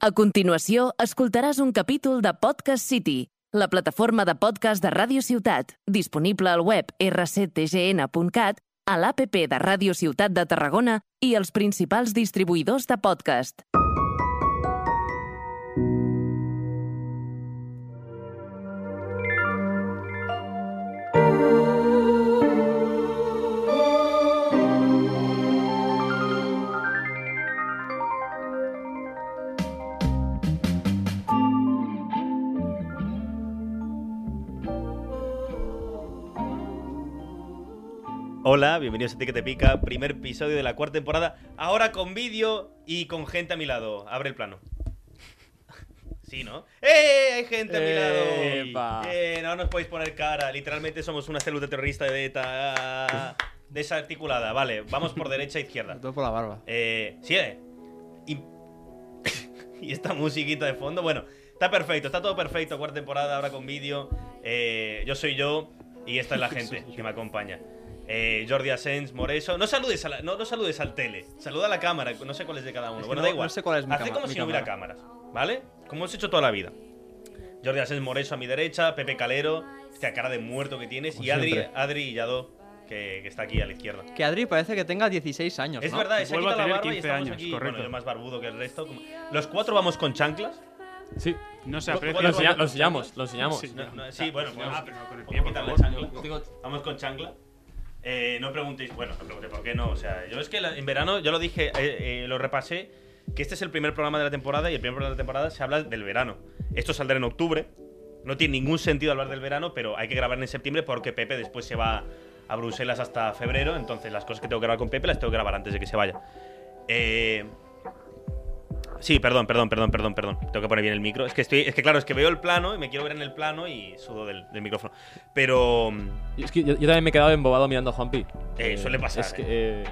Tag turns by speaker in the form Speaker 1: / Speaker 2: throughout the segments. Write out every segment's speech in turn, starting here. Speaker 1: A continuació, escoltaràs un capítol de Podcast City, la plataforma de podcast de Ràdio Ciutat, disponible al web rctgn.cat, a l'APP de Ràdio Ciutat de Tarragona i els principals distribuïdors de podcast.
Speaker 2: Hola, bienvenidos a Ti que te pica, primer episodio de la cuarta temporada, ahora con vídeo y con gente a mi lado. Abre el plano. Sí, ¿no? ¡Eh! Hay gente a mi lado.
Speaker 3: ¡Epa!
Speaker 2: ¡Eh! No nos podéis poner cara. Literalmente somos una célula terrorista de ETA ah, desarticulada. Vale, vamos por derecha e izquierda.
Speaker 3: Todo por la barba.
Speaker 2: Eh, sí, eh. Y... y esta musiquita de fondo, bueno, está perfecto, está todo perfecto. Cuarta temporada, ahora con vídeo. Eh, yo soy yo y esta es la gente que me acompaña. Eh, Jordi Asens, Moreso. No saludes, a la- no, no saludes al tele, saluda a la cámara. No sé cuál es de cada uno.
Speaker 3: Es que
Speaker 2: bueno,
Speaker 3: no-
Speaker 2: da igual.
Speaker 3: no sé cuál es mi
Speaker 2: Haced
Speaker 3: cama-
Speaker 2: como
Speaker 3: mi
Speaker 2: si no hubiera cámaras, ¿vale? Como hemos hecho toda la vida. Jordi Asens, Moreso a mi derecha, Pepe Calero, esta cara de muerto que tienes,
Speaker 3: Como
Speaker 2: y Adri,
Speaker 3: siempre.
Speaker 2: Adri Yadó, que, que está aquí a la izquierda.
Speaker 3: Que Adri parece que tenga 16 años.
Speaker 2: Es
Speaker 3: ¿no?
Speaker 2: verdad, se ha
Speaker 4: Vuelvo a
Speaker 2: quitado la
Speaker 4: tener
Speaker 2: barba y
Speaker 4: 15
Speaker 2: estamos
Speaker 4: años,
Speaker 2: aquí.
Speaker 4: correcto.
Speaker 2: Bueno, yo más barbudo que el resto. como- Los cuatro vamos con chanclas.
Speaker 4: Sí. No se
Speaker 2: Lo-
Speaker 4: aprecia.
Speaker 2: lo enseña-
Speaker 5: lo enseñamos, lo enseñamos.
Speaker 4: Sí,
Speaker 2: No,
Speaker 4: no,
Speaker 2: no, sí, bueno, pues,
Speaker 4: Ah, pero no con el
Speaker 2: podemos
Speaker 4: pie, por
Speaker 2: quitar la
Speaker 4: favor.
Speaker 2: chancla. Vamos con chancla. Eh, no preguntéis, bueno, no preguntéis por qué no. O sea, yo es que la- en verano, yo lo dije, eh, eh, lo repasé, que este es el primer programa de la temporada y el primer programa de la temporada se habla del verano. Esto saldrá en octubre. No tiene ningún sentido hablar del verano, pero hay que grabar en septiembre porque Pepe después se va a Bruselas hasta febrero. Entonces, las cosas que tengo que grabar con Pepe las tengo que grabar antes de que se vaya. Eh. Sí, perdón, perdón, perdón, perdón, perdón. Tengo que poner bien el micro. Es que estoy, es que claro, es que veo el plano y me quiero ver en el plano y sudo del, del micrófono. Pero,
Speaker 5: Y Es que yo, yo también me he quedado embobado mirando a Juanpi.
Speaker 2: Eh, suele pasar,
Speaker 5: Es que, eh,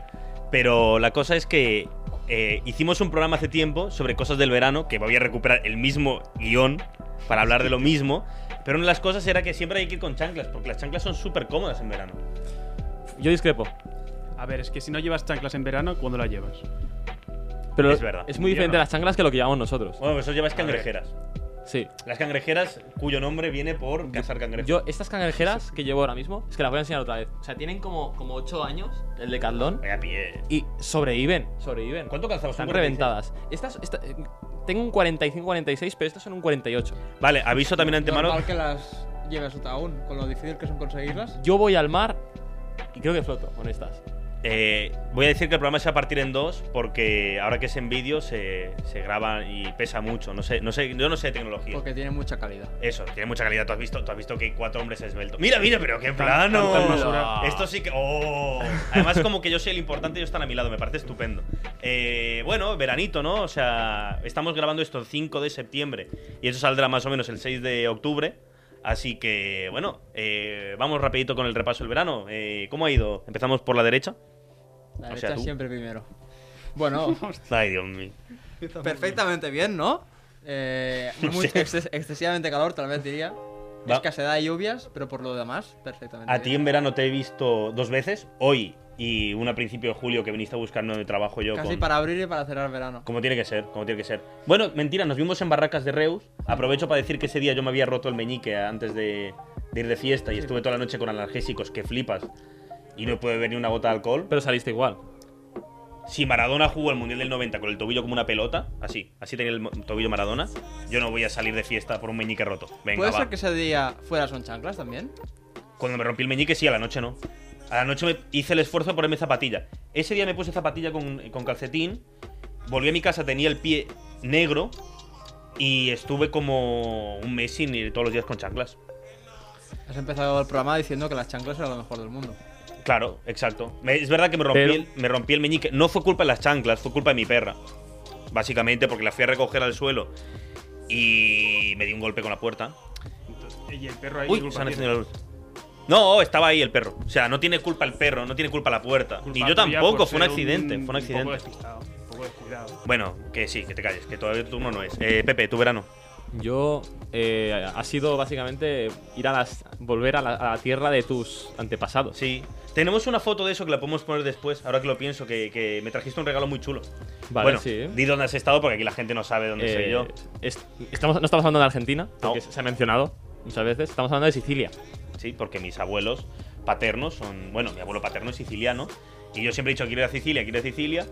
Speaker 2: pero la cosa es que eh, hicimos un programa hace tiempo sobre cosas del verano que voy a recuperar el mismo guión para hablar de lo mismo. Pero una de las cosas era que siempre hay que ir con chanclas porque las chanclas son súper cómodas en verano.
Speaker 5: yo discrepo.
Speaker 4: A ver, es que si no llevas chanclas en verano, ¿cuándo la llevas?
Speaker 5: Pero
Speaker 2: Es verdad.
Speaker 5: muy diferente las chanclas que lo que llevamos nosotros.
Speaker 2: Bueno, vosotros lleváis cangrejeras.
Speaker 5: Sí.
Speaker 2: Las cangrejeras cuyo nombre viene por cazar cangrejos.
Speaker 5: Yo, estas cangrejeras que llevo ahora mismo, es que las voy a enseñar otra vez. O sea, tienen como, como 8 años, el de Catlón,
Speaker 2: Vaya pie.
Speaker 5: y sobreviven, sobreviven.
Speaker 2: Eh. ¿Cuánto calzabas?
Speaker 5: Están
Speaker 2: ¿Un 46?
Speaker 5: reventadas. Estas, esta- eh, tengo un 45-46, pero estas son un 48.
Speaker 2: Vale, aviso también de antemano.
Speaker 3: Normal que las lleves aún, con lo difícil que son conseguirlas.
Speaker 5: Yo voy al mar y creo que floto con estas.
Speaker 2: Eh, voy a decir que el programa se va a partir en dos porque ahora que es en vídeo se, se graba y pesa mucho. No sé, no sé, yo no sé de tecnología.
Speaker 3: Porque tiene mucha calidad.
Speaker 2: Eso, tiene mucha calidad. Tú has visto, tú has visto que hay cuatro hombres esbeltos. Mira, mira, pero qué plano.
Speaker 4: tanta hermosura.
Speaker 2: Esto sí que. ¡Oh! Además, como que yo soy el importante, ellos están a mi lado, me parece estupendo. Eh, bueno, veranito, ¿no? O sea, estamos grabando esto el 5 de septiembre y eso saldrá más o menos el 6 de octubre. Así que, bueno, eh, vamos rapidito con el repaso del verano. Eh, ¿Cómo ha ido? ¿Empezamos por la derecha?
Speaker 3: La
Speaker 2: O sea,
Speaker 3: derecha
Speaker 2: tú.
Speaker 3: siempre primero. Bueno,
Speaker 2: Ay, Dios mío.
Speaker 3: perfectamente bien, ¿no? Eh,
Speaker 2: No
Speaker 3: muy-
Speaker 2: sé.
Speaker 3: exces- excesivamente calor, tal vez diría.
Speaker 2: Va.
Speaker 3: Escasedad de lluvias, pero por lo demás, perfectamente.
Speaker 2: A ti
Speaker 3: bien.
Speaker 2: en verano te he visto dos veces, hoy y una a principio de julio que viniste a buscarme donde trabajo yo.
Speaker 3: Casi
Speaker 2: con-
Speaker 3: para abrir y para cerrar verano.
Speaker 2: Como tiene que ser, como tiene que ser. Bueno, mentira, nos vimos en Barracas de Reus. Aprovecho para decir que ese día yo me había roto el meñique antes de, de ir de fiesta y estuve toda la noche con analgésicos que flipas. Y no pude ver ni una gota de alcohol.
Speaker 5: Pero saliste igual.
Speaker 2: Si Maradona jugó el Mundial del 90 con el tobillo como una pelota, así, así tenía el mo- tobillo Maradona, yo no voy a salir de fiesta por un meñique roto. Venga,
Speaker 3: ¿Puede
Speaker 2: va.
Speaker 3: ser que ese día fueras son chanclas también?
Speaker 2: Cuando me rompí el meñique, sí, a la noche no. A la noche me hice el esfuerzo de ponerme zapatilla. Ese día me puse zapatilla con, con calcetín. Volví a mi casa, tenía el pie negro. Y estuve como un mes sin ir todos los días con chanclas.
Speaker 3: Has empezado el programa diciendo que las chanclas eran lo mejor del mundo.
Speaker 2: Claro, exacto. Me- es verdad que me rompí,
Speaker 5: Pero-
Speaker 2: el, me rompí el meñique. No fue culpa de las chanclas, fue culpa de mi perra. Básicamente, porque la fui a recoger al suelo. Y me di un golpe con la puerta.
Speaker 4: Entonces, y el perro ahí.
Speaker 2: Uy,
Speaker 4: disculpa,
Speaker 2: se han
Speaker 4: tío.
Speaker 2: encendido la luz. No, estaba ahí el perro. O sea, no tiene culpa el perro, no tiene culpa la puerta.
Speaker 4: Culpa
Speaker 2: Ni yo
Speaker 4: tuya
Speaker 2: tampoco,
Speaker 4: por
Speaker 2: fue un
Speaker 4: ser
Speaker 2: accidente, fue un
Speaker 4: Un poco
Speaker 2: accidente.
Speaker 4: despistado, un poco descuidado.
Speaker 2: Bueno, que sí, que te calles, que todavía tu turno no es. Eh, Pepe, tu verano.
Speaker 5: Yo eh, ha sido básicamente ir a las, volver a la, a la tierra de tus antepasados.
Speaker 2: Sí. Tenemos una foto de eso que la podemos poner después, ahora que lo pienso, que, que me trajiste un regalo muy chulo.
Speaker 5: Vale,
Speaker 2: bueno,
Speaker 5: sí.
Speaker 2: di dónde has estado porque aquí la gente no sabe dónde soy
Speaker 5: Eh,
Speaker 2: yo.
Speaker 5: es- estamos, no estamos hablando de Argentina, porque
Speaker 2: No.
Speaker 5: se ha mencionado muchas veces. Estamos hablando de Sicilia.
Speaker 2: Sí, porque mis abuelos paternos son. Bueno, mi abuelo paterno es siciliano. Y yo siempre he dicho, quiero ir a Sicilia, quiero ir a Sicilia.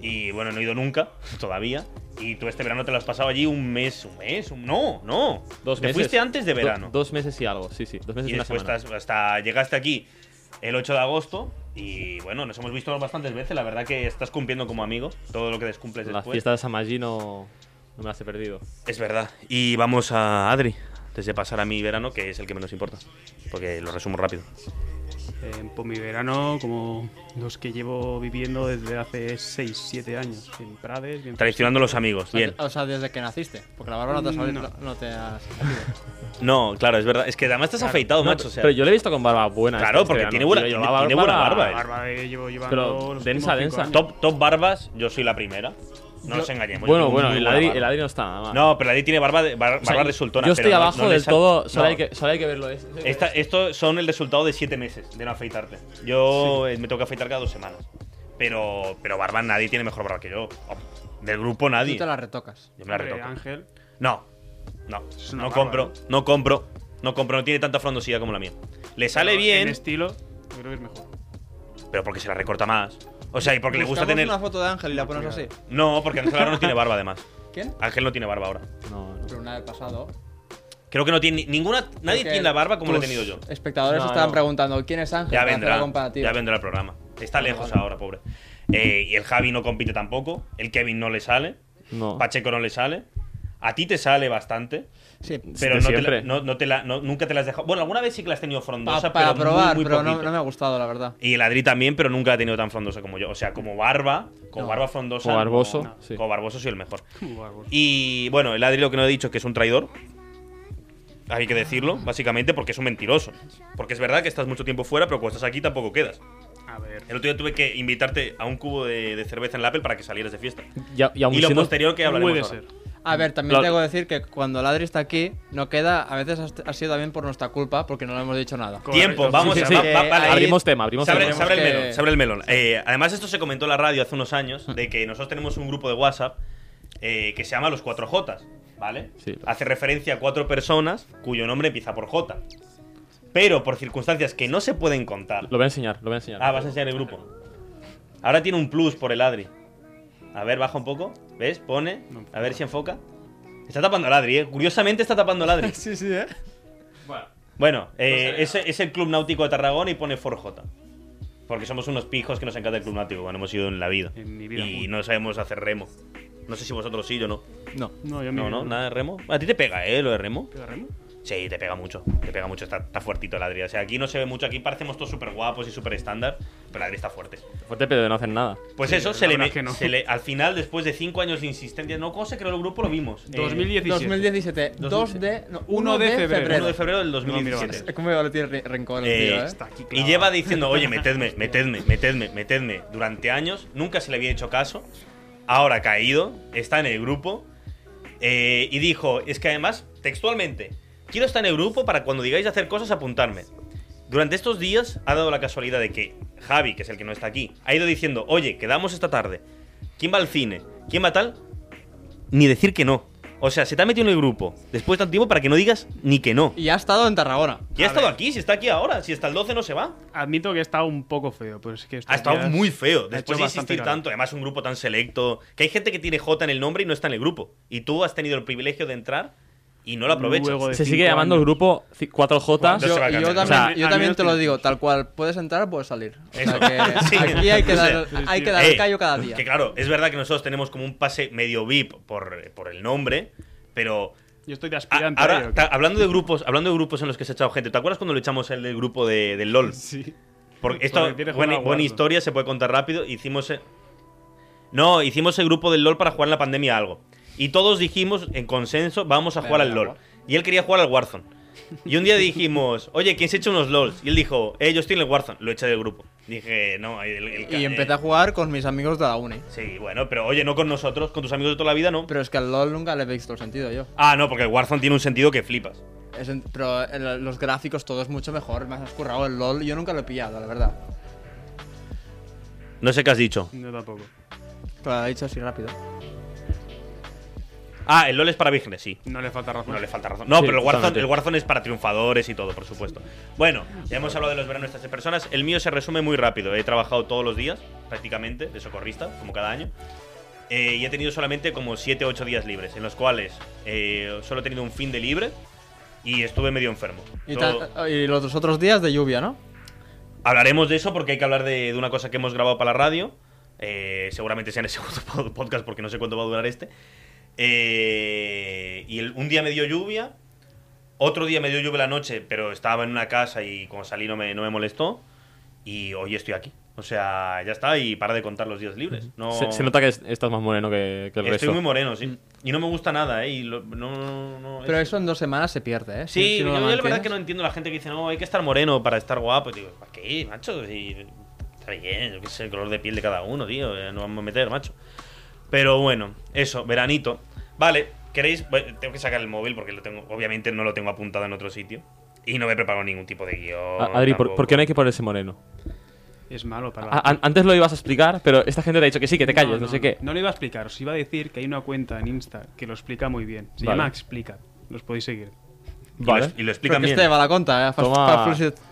Speaker 2: Y bueno, no he ido nunca, todavía. Y tú este verano te lo has pasado allí un mes, un mes, un- no, no.
Speaker 5: Dos
Speaker 2: te
Speaker 5: meses.
Speaker 2: fuiste antes de
Speaker 5: Do-
Speaker 2: verano.
Speaker 5: dos meses y algo, sí, sí. Dos meses y,
Speaker 2: y
Speaker 5: una
Speaker 2: después
Speaker 5: semana.
Speaker 2: estás- hasta llegaste aquí el 8 de agosto. Y bueno, nos hemos visto bastantes veces. La verdad que estás cumpliendo como amigo todo lo que descumples
Speaker 5: La
Speaker 2: después.
Speaker 5: fiesta de San Maggi no, no me las he perdido.
Speaker 2: Es verdad. Y vamos a Adri, desde pasar a mi verano, que es el que menos importa. Porque lo resumo rápido.
Speaker 4: Eh, pues mi verano, como los que llevo viviendo desde hace 6, 7 años. En Prades, bien
Speaker 2: Traicionando a los amigos. Bien.
Speaker 3: O sea, desde que naciste. Porque la barba no te has,
Speaker 4: No.
Speaker 3: no te has
Speaker 2: No, claro, es verdad. Es que además estás afeitado,
Speaker 5: No,
Speaker 2: macho. o sea,
Speaker 5: Pero yo lo he visto con barba buena.
Speaker 2: Claro,
Speaker 5: este
Speaker 2: porque
Speaker 5: verano.
Speaker 2: tiene buena-
Speaker 5: Yo
Speaker 2: tiene-
Speaker 5: llevaba
Speaker 2: tiene buena barba,
Speaker 4: La
Speaker 2: eh.
Speaker 4: barba que llevo llevando
Speaker 5: Pero
Speaker 4: los
Speaker 5: densa,
Speaker 4: últimos cinco
Speaker 5: densa.
Speaker 4: años.
Speaker 2: top, top barbas, yo soy la primera. No nos engañemos. yo
Speaker 5: Bueno,
Speaker 2: tengo
Speaker 5: bueno,
Speaker 2: muy
Speaker 5: el
Speaker 2: buena
Speaker 5: Adri,
Speaker 2: barba.
Speaker 5: el Adri no está nada mal.
Speaker 2: No, pero Adri tiene barba, de, bar-
Speaker 5: O sea,
Speaker 2: barba resultona.
Speaker 5: Yo estoy
Speaker 2: pero no-
Speaker 5: abajo
Speaker 2: no le
Speaker 5: del
Speaker 2: sal-
Speaker 5: todo, solo,
Speaker 2: no.
Speaker 5: hay que, solo hay que verlo. es- es-
Speaker 2: Esta- estos son el resultado de siete meses de no afeitarte. Yo eh, me tengo que afeitar cada dos semanas. Pero, pero barba, nadie tiene mejor barba que yo. Oh, Del grupo,
Speaker 3: Tú
Speaker 2: nadie.
Speaker 3: te la retocas.
Speaker 2: Yo me la
Speaker 4: Hombre,
Speaker 2: retoco.
Speaker 4: Ángel.
Speaker 2: No, no,
Speaker 4: Es
Speaker 2: no
Speaker 4: una barba, ¿eh?
Speaker 2: compro, no compro, no compro, no tiene tanta frondosidad como la mía. Le sale
Speaker 4: pero En
Speaker 2: bien,
Speaker 4: estilo, yo creo que es mejor.
Speaker 2: pero porque se la recorta más. O sea, y porque le gusta
Speaker 3: Buscamos
Speaker 2: tener.
Speaker 3: una foto de Ángel y la pones así.
Speaker 2: No, porque Ángel ahora no tiene barba, además.
Speaker 3: ¿Quién?
Speaker 2: Ángel no tiene barba ahora.
Speaker 5: No, no.
Speaker 3: Pero una del pasado.
Speaker 2: Creo que no tiene ni- ninguna. Nadie
Speaker 3: Porque
Speaker 2: tiene la barba como la he
Speaker 3: tus
Speaker 2: tenido yo.
Speaker 3: Espectadores
Speaker 5: No,
Speaker 3: estaban
Speaker 5: no.
Speaker 3: preguntando quién es Ángel.
Speaker 2: Ya
Speaker 3: para pues, eh, hacer la
Speaker 2: vendrá.
Speaker 3: comparativa. Ah,
Speaker 2: Ya vendrá el programa. Está lejos
Speaker 3: vale.
Speaker 2: ahora, pobre. Eh, y el Javi no compite tampoco. El Kevin no le sale.
Speaker 5: No.
Speaker 2: Pacheco no le sale. A ti te sale bastante.
Speaker 3: Sí.
Speaker 2: Pero
Speaker 5: de
Speaker 2: no te la-
Speaker 5: siempre.
Speaker 2: no- no te la- no- nunca te las has dejado. Bueno, alguna vez sí que las has tenido
Speaker 3: Pa-
Speaker 2: frondosa,
Speaker 3: para
Speaker 2: pero muy,
Speaker 3: probar,
Speaker 2: muy
Speaker 3: pero no,
Speaker 2: poquito.
Speaker 3: no me ha gustado, la verdad.
Speaker 2: Y el Adri también, pero nunca ha tenido tan frondosa como yo. O sea, como barba, como
Speaker 3: No.
Speaker 2: barba frondosa.
Speaker 5: Como barboso,
Speaker 2: no.
Speaker 5: sí.
Speaker 2: Como barboso soy el mejor.
Speaker 4: Como barba.
Speaker 2: Y bueno, el Adri lo que no he dicho es que es un traidor. Hay que decirlo, básicamente, porque es un mentiroso. Porque es verdad que estás mucho tiempo fuera, pero cuando estás aquí tampoco quedas.
Speaker 4: A ver.
Speaker 2: El otro día tuve que invitarte a un cubo de, de cerveza en el Apple para que salieras de fiesta.
Speaker 5: Ya- y aún
Speaker 2: Y lo
Speaker 5: siendo-
Speaker 2: posterior que hablaremos
Speaker 4: Puede
Speaker 2: ahora.
Speaker 4: ser.
Speaker 3: A ver, también
Speaker 5: Lo-
Speaker 3: tengo que decir que cuando el Adri está aquí, no queda. A veces ha- ha sido también por nuestra culpa, porque no le hemos dicho nada.
Speaker 2: Tiempo,
Speaker 4: Correcto.
Speaker 2: vamos
Speaker 3: Sí,
Speaker 2: a...
Speaker 3: sí,
Speaker 2: va-
Speaker 3: sí.
Speaker 2: va- vale,
Speaker 3: Ahí-
Speaker 5: Abrimos tema, abrimos
Speaker 2: Se abre,
Speaker 5: tema.
Speaker 2: se abre el
Speaker 3: que-
Speaker 2: melón, se abre el melón. Eh, además, esto se comentó en la radio hace unos
Speaker 5: Mm.
Speaker 2: años, de que nosotros tenemos un grupo de WhatsApp eh, que se llama Los Cuatro Jotas, ¿vale?
Speaker 5: Sí.
Speaker 2: Hace referencia a cuatro personas cuyo nombre empieza por J. Pero por circunstancias que no se pueden contar.
Speaker 5: Lo voy a enseñar, lo voy a enseñar.
Speaker 2: Ah, vas a enseñar el grupo. Ahora tiene un plus por el Adri. A ver, baja un poco. ¿Ves? Pone. A ver si enfoca. Está tapando al Adri, ¿eh? Curiosamente está tapando al Adri.
Speaker 3: Sí, sí, eh.
Speaker 2: Bueno, eh, es, es el Club Náutico de Tarragona y pone Forjota. Porque somos unos pijos que nos encanta el Club Náutico, cuando hemos ido en la vida.
Speaker 4: En mi vida,
Speaker 2: y
Speaker 4: muy.
Speaker 2: no sabemos hacer remo. No sé si vosotros sí, yo no.
Speaker 3: No.
Speaker 4: No, yo en mi
Speaker 2: No, no,
Speaker 4: verano.
Speaker 2: nada de remo. A ti te pega, ¿eh? Lo de remo.
Speaker 4: ¿Pegaremos?
Speaker 2: Sí, te pega mucho. Te pega mucho. Está, está fuertito el Adri. O sea, aquí no se ve mucho. Aquí parecemos todos súper guapos y súper estándar. Pero el Adri está fuerte.
Speaker 5: Fuerte, pero de no hacer nada.
Speaker 2: Pues
Speaker 4: Sí,
Speaker 2: eso,
Speaker 4: la
Speaker 2: se le,
Speaker 4: verdad
Speaker 2: me-
Speaker 4: que no.
Speaker 2: se le- al final, después de cinco años de insistencia, no, ¿cómo se creó el grupo? Lo vimos. Eh,
Speaker 4: 2017.
Speaker 3: 2017. 2 de. No, 1 de,
Speaker 4: de febrero.
Speaker 2: uno
Speaker 3: febrero.
Speaker 2: de febrero del
Speaker 4: No, mira,
Speaker 2: 2017.
Speaker 3: Es como que le tiene re- rencor el
Speaker 2: Eh,
Speaker 3: tío, eh.
Speaker 4: Está aquí
Speaker 2: y
Speaker 4: clavado.
Speaker 2: lleva diciendo, oye, metedme, metedme, metedme, metedme. Durante años, nunca se le había hecho caso. Ahora ha caído, está en el grupo. eh, y dijo, es que además, textualmente, quiero estar en el grupo para cuando digáis de hacer cosas apuntarme. Durante estos días ha dado la casualidad de que Javi, que es el que no está aquí, ha ido diciendo, oye, quedamos esta tarde. ¿Quién va al cine? ¿Quién va tal? Ni decir que no. O sea, se te ha metido en el grupo después de tanto tiempo para que no digas ni que no.
Speaker 3: Y ha estado en Tarragona.
Speaker 2: Y ha
Speaker 4: A
Speaker 2: estado
Speaker 4: ver.
Speaker 2: aquí, si está aquí ahora, si hasta el 12 no se va.
Speaker 4: Admito que está un poco feo, pero es que estos
Speaker 2: Ha estado
Speaker 4: días
Speaker 2: muy feo.
Speaker 4: ha
Speaker 2: Después
Speaker 4: hecho
Speaker 2: de
Speaker 4: bastante
Speaker 2: insistir
Speaker 4: calor.
Speaker 2: tanto, además un grupo tan selecto, que hay gente que tiene J en el nombre y no está en el grupo. Y tú has tenido el privilegio de entrar y no lo aprovechas.
Speaker 4: Luego de
Speaker 5: Se
Speaker 4: cinco
Speaker 5: sigue llamando el
Speaker 4: años.
Speaker 5: grupo ci- 4J.
Speaker 2: No se
Speaker 3: Yo,
Speaker 2: va a
Speaker 3: y yo
Speaker 2: cambiar.
Speaker 3: también,
Speaker 5: O sea,
Speaker 3: yo
Speaker 4: al
Speaker 3: también
Speaker 4: menos
Speaker 3: te lo
Speaker 4: tiene-
Speaker 3: digo, tal cual, puedes entrar o puedes salir. O sea
Speaker 2: Eso.
Speaker 3: que
Speaker 2: Sí,
Speaker 3: aquí hay que
Speaker 2: no sé.
Speaker 3: dar,
Speaker 4: Sí,
Speaker 3: hay
Speaker 4: sí.
Speaker 3: que dar
Speaker 2: Eh,
Speaker 3: callo cada día.
Speaker 2: Que claro, es verdad que nosotros tenemos como un pase medio VIP por, por el nombre, pero.
Speaker 4: Yo estoy de
Speaker 2: a-
Speaker 4: aspirante.
Speaker 2: Ah, ahora,
Speaker 4: creo
Speaker 2: ta-
Speaker 4: que-
Speaker 2: hablando de grupos, hablando de grupos en los que se ha echado gente, ¿te acuerdas cuando lo echamos el del grupo de, del LOL?
Speaker 4: Sí.
Speaker 2: Porque esto,
Speaker 4: Porque tiene
Speaker 2: buena,
Speaker 4: jornada
Speaker 2: buena
Speaker 4: guardo.
Speaker 2: historia, se puede contar rápido. Hicimos. eh, No, hicimos el grupo del LOL para jugar en la pandemia algo. Y todos dijimos, en consenso, vamos a
Speaker 3: Bebe
Speaker 2: jugar al
Speaker 3: agua.
Speaker 2: LOL. Y él quería jugar al Warzone. Y un día dijimos, oye, ¿quién se echa unos LOLs? Y él dijo, eh, yo estoy en el Warzone. Lo eché del grupo. Dije, no, el, el ca-
Speaker 3: Y empecé a
Speaker 2: eh,
Speaker 3: jugar con mis amigos de la uni.
Speaker 2: Sí, bueno, pero oye, no con nosotros, con tus amigos de toda la vida, no.
Speaker 3: Pero es que al LOL nunca le he visto el sentido yo.
Speaker 2: Ah, no, porque el Warzone tiene un sentido que flipas.
Speaker 3: Es en- pero el- los gráficos todo es mucho mejor, más has currado el LOL, yo nunca lo he pillado, la verdad.
Speaker 2: No sé qué has dicho.
Speaker 4: Yo tampoco.
Speaker 3: Pero lo he dicho así rápido.
Speaker 2: Ah, el LOL es para vírgenes, sí.
Speaker 4: No le falta razón.
Speaker 2: No le falta razón. No,
Speaker 5: Sí,
Speaker 2: pero el Warzone,
Speaker 5: totalmente.
Speaker 2: el Warzone es para triunfadores y todo, por supuesto. Bueno, ya hemos hablado de los veranos de estas tres personas. El mío se resume muy rápido. He trabajado todos los días, prácticamente, de socorrista, como cada año. Eh, y he tenido solamente como 7 o 8 días libres, en los cuales eh, solo he tenido un fin de libre y estuve medio enfermo.
Speaker 3: Y,
Speaker 2: Todo-
Speaker 3: ta- y los otros días de lluvia, ¿no?
Speaker 2: Hablaremos de eso porque hay que hablar de, de una cosa que hemos grabado para la radio. Eh, seguramente sea en el segundo pod- podcast porque no sé cuánto va a durar este. Eh, y el- un día me dio lluvia. Otro día me dio lluvia la noche, pero estaba en una casa y cuando salí no me, no me molestó. Y hoy estoy aquí. O sea, ya está y para de contar los días libres. No,
Speaker 5: Se, se nota que es- estás más moreno que, que
Speaker 2: estoy
Speaker 5: el resto.
Speaker 2: muy moreno, sí. Y no me gusta nada, ¿eh? Y lo- no, no, no,
Speaker 3: Pero
Speaker 2: es-
Speaker 3: eso en dos semanas se pierde, ¿eh? Si-
Speaker 2: Pues Sí,
Speaker 3: si no
Speaker 2: yo,
Speaker 3: lo
Speaker 2: yo la verdad
Speaker 3: mantienes.
Speaker 2: que no entiendo la gente que dice, no, hay que estar moreno para estar guapo. Y digo, ¿para qué, macho? Si está bien, yo qué sé, el color de piel de cada uno, tío. eh, No vamos a meter, macho. Pero bueno, eso, veranito. Vale, ¿queréis? Bueno, tengo que sacar el móvil porque lo tengo, obviamente no lo tengo apuntado en otro sitio. Y no me he preparado ningún tipo de guión.
Speaker 5: A- Adri, ¿por,
Speaker 2: tampoco.
Speaker 5: por qué no hay que ponerse moreno?
Speaker 4: Es malo para.
Speaker 2: Ah,
Speaker 5: A- an- antes lo ibas a explicar, pero esta gente te ha dicho que sí, que te calles, no, sé qué.
Speaker 4: No lo iba a explicar, os iba a decir que hay una cuenta en Insta que lo explica muy bien. Se
Speaker 5: Vale.
Speaker 4: llama Explica. Los podéis seguir.
Speaker 2: Y lo,
Speaker 5: Vale.
Speaker 2: es- y lo
Speaker 3: Pero
Speaker 2: explican
Speaker 3: que
Speaker 2: bien.
Speaker 3: este va la conta, ¿eh? Fast-
Speaker 5: Toma.
Speaker 3: fast publicity.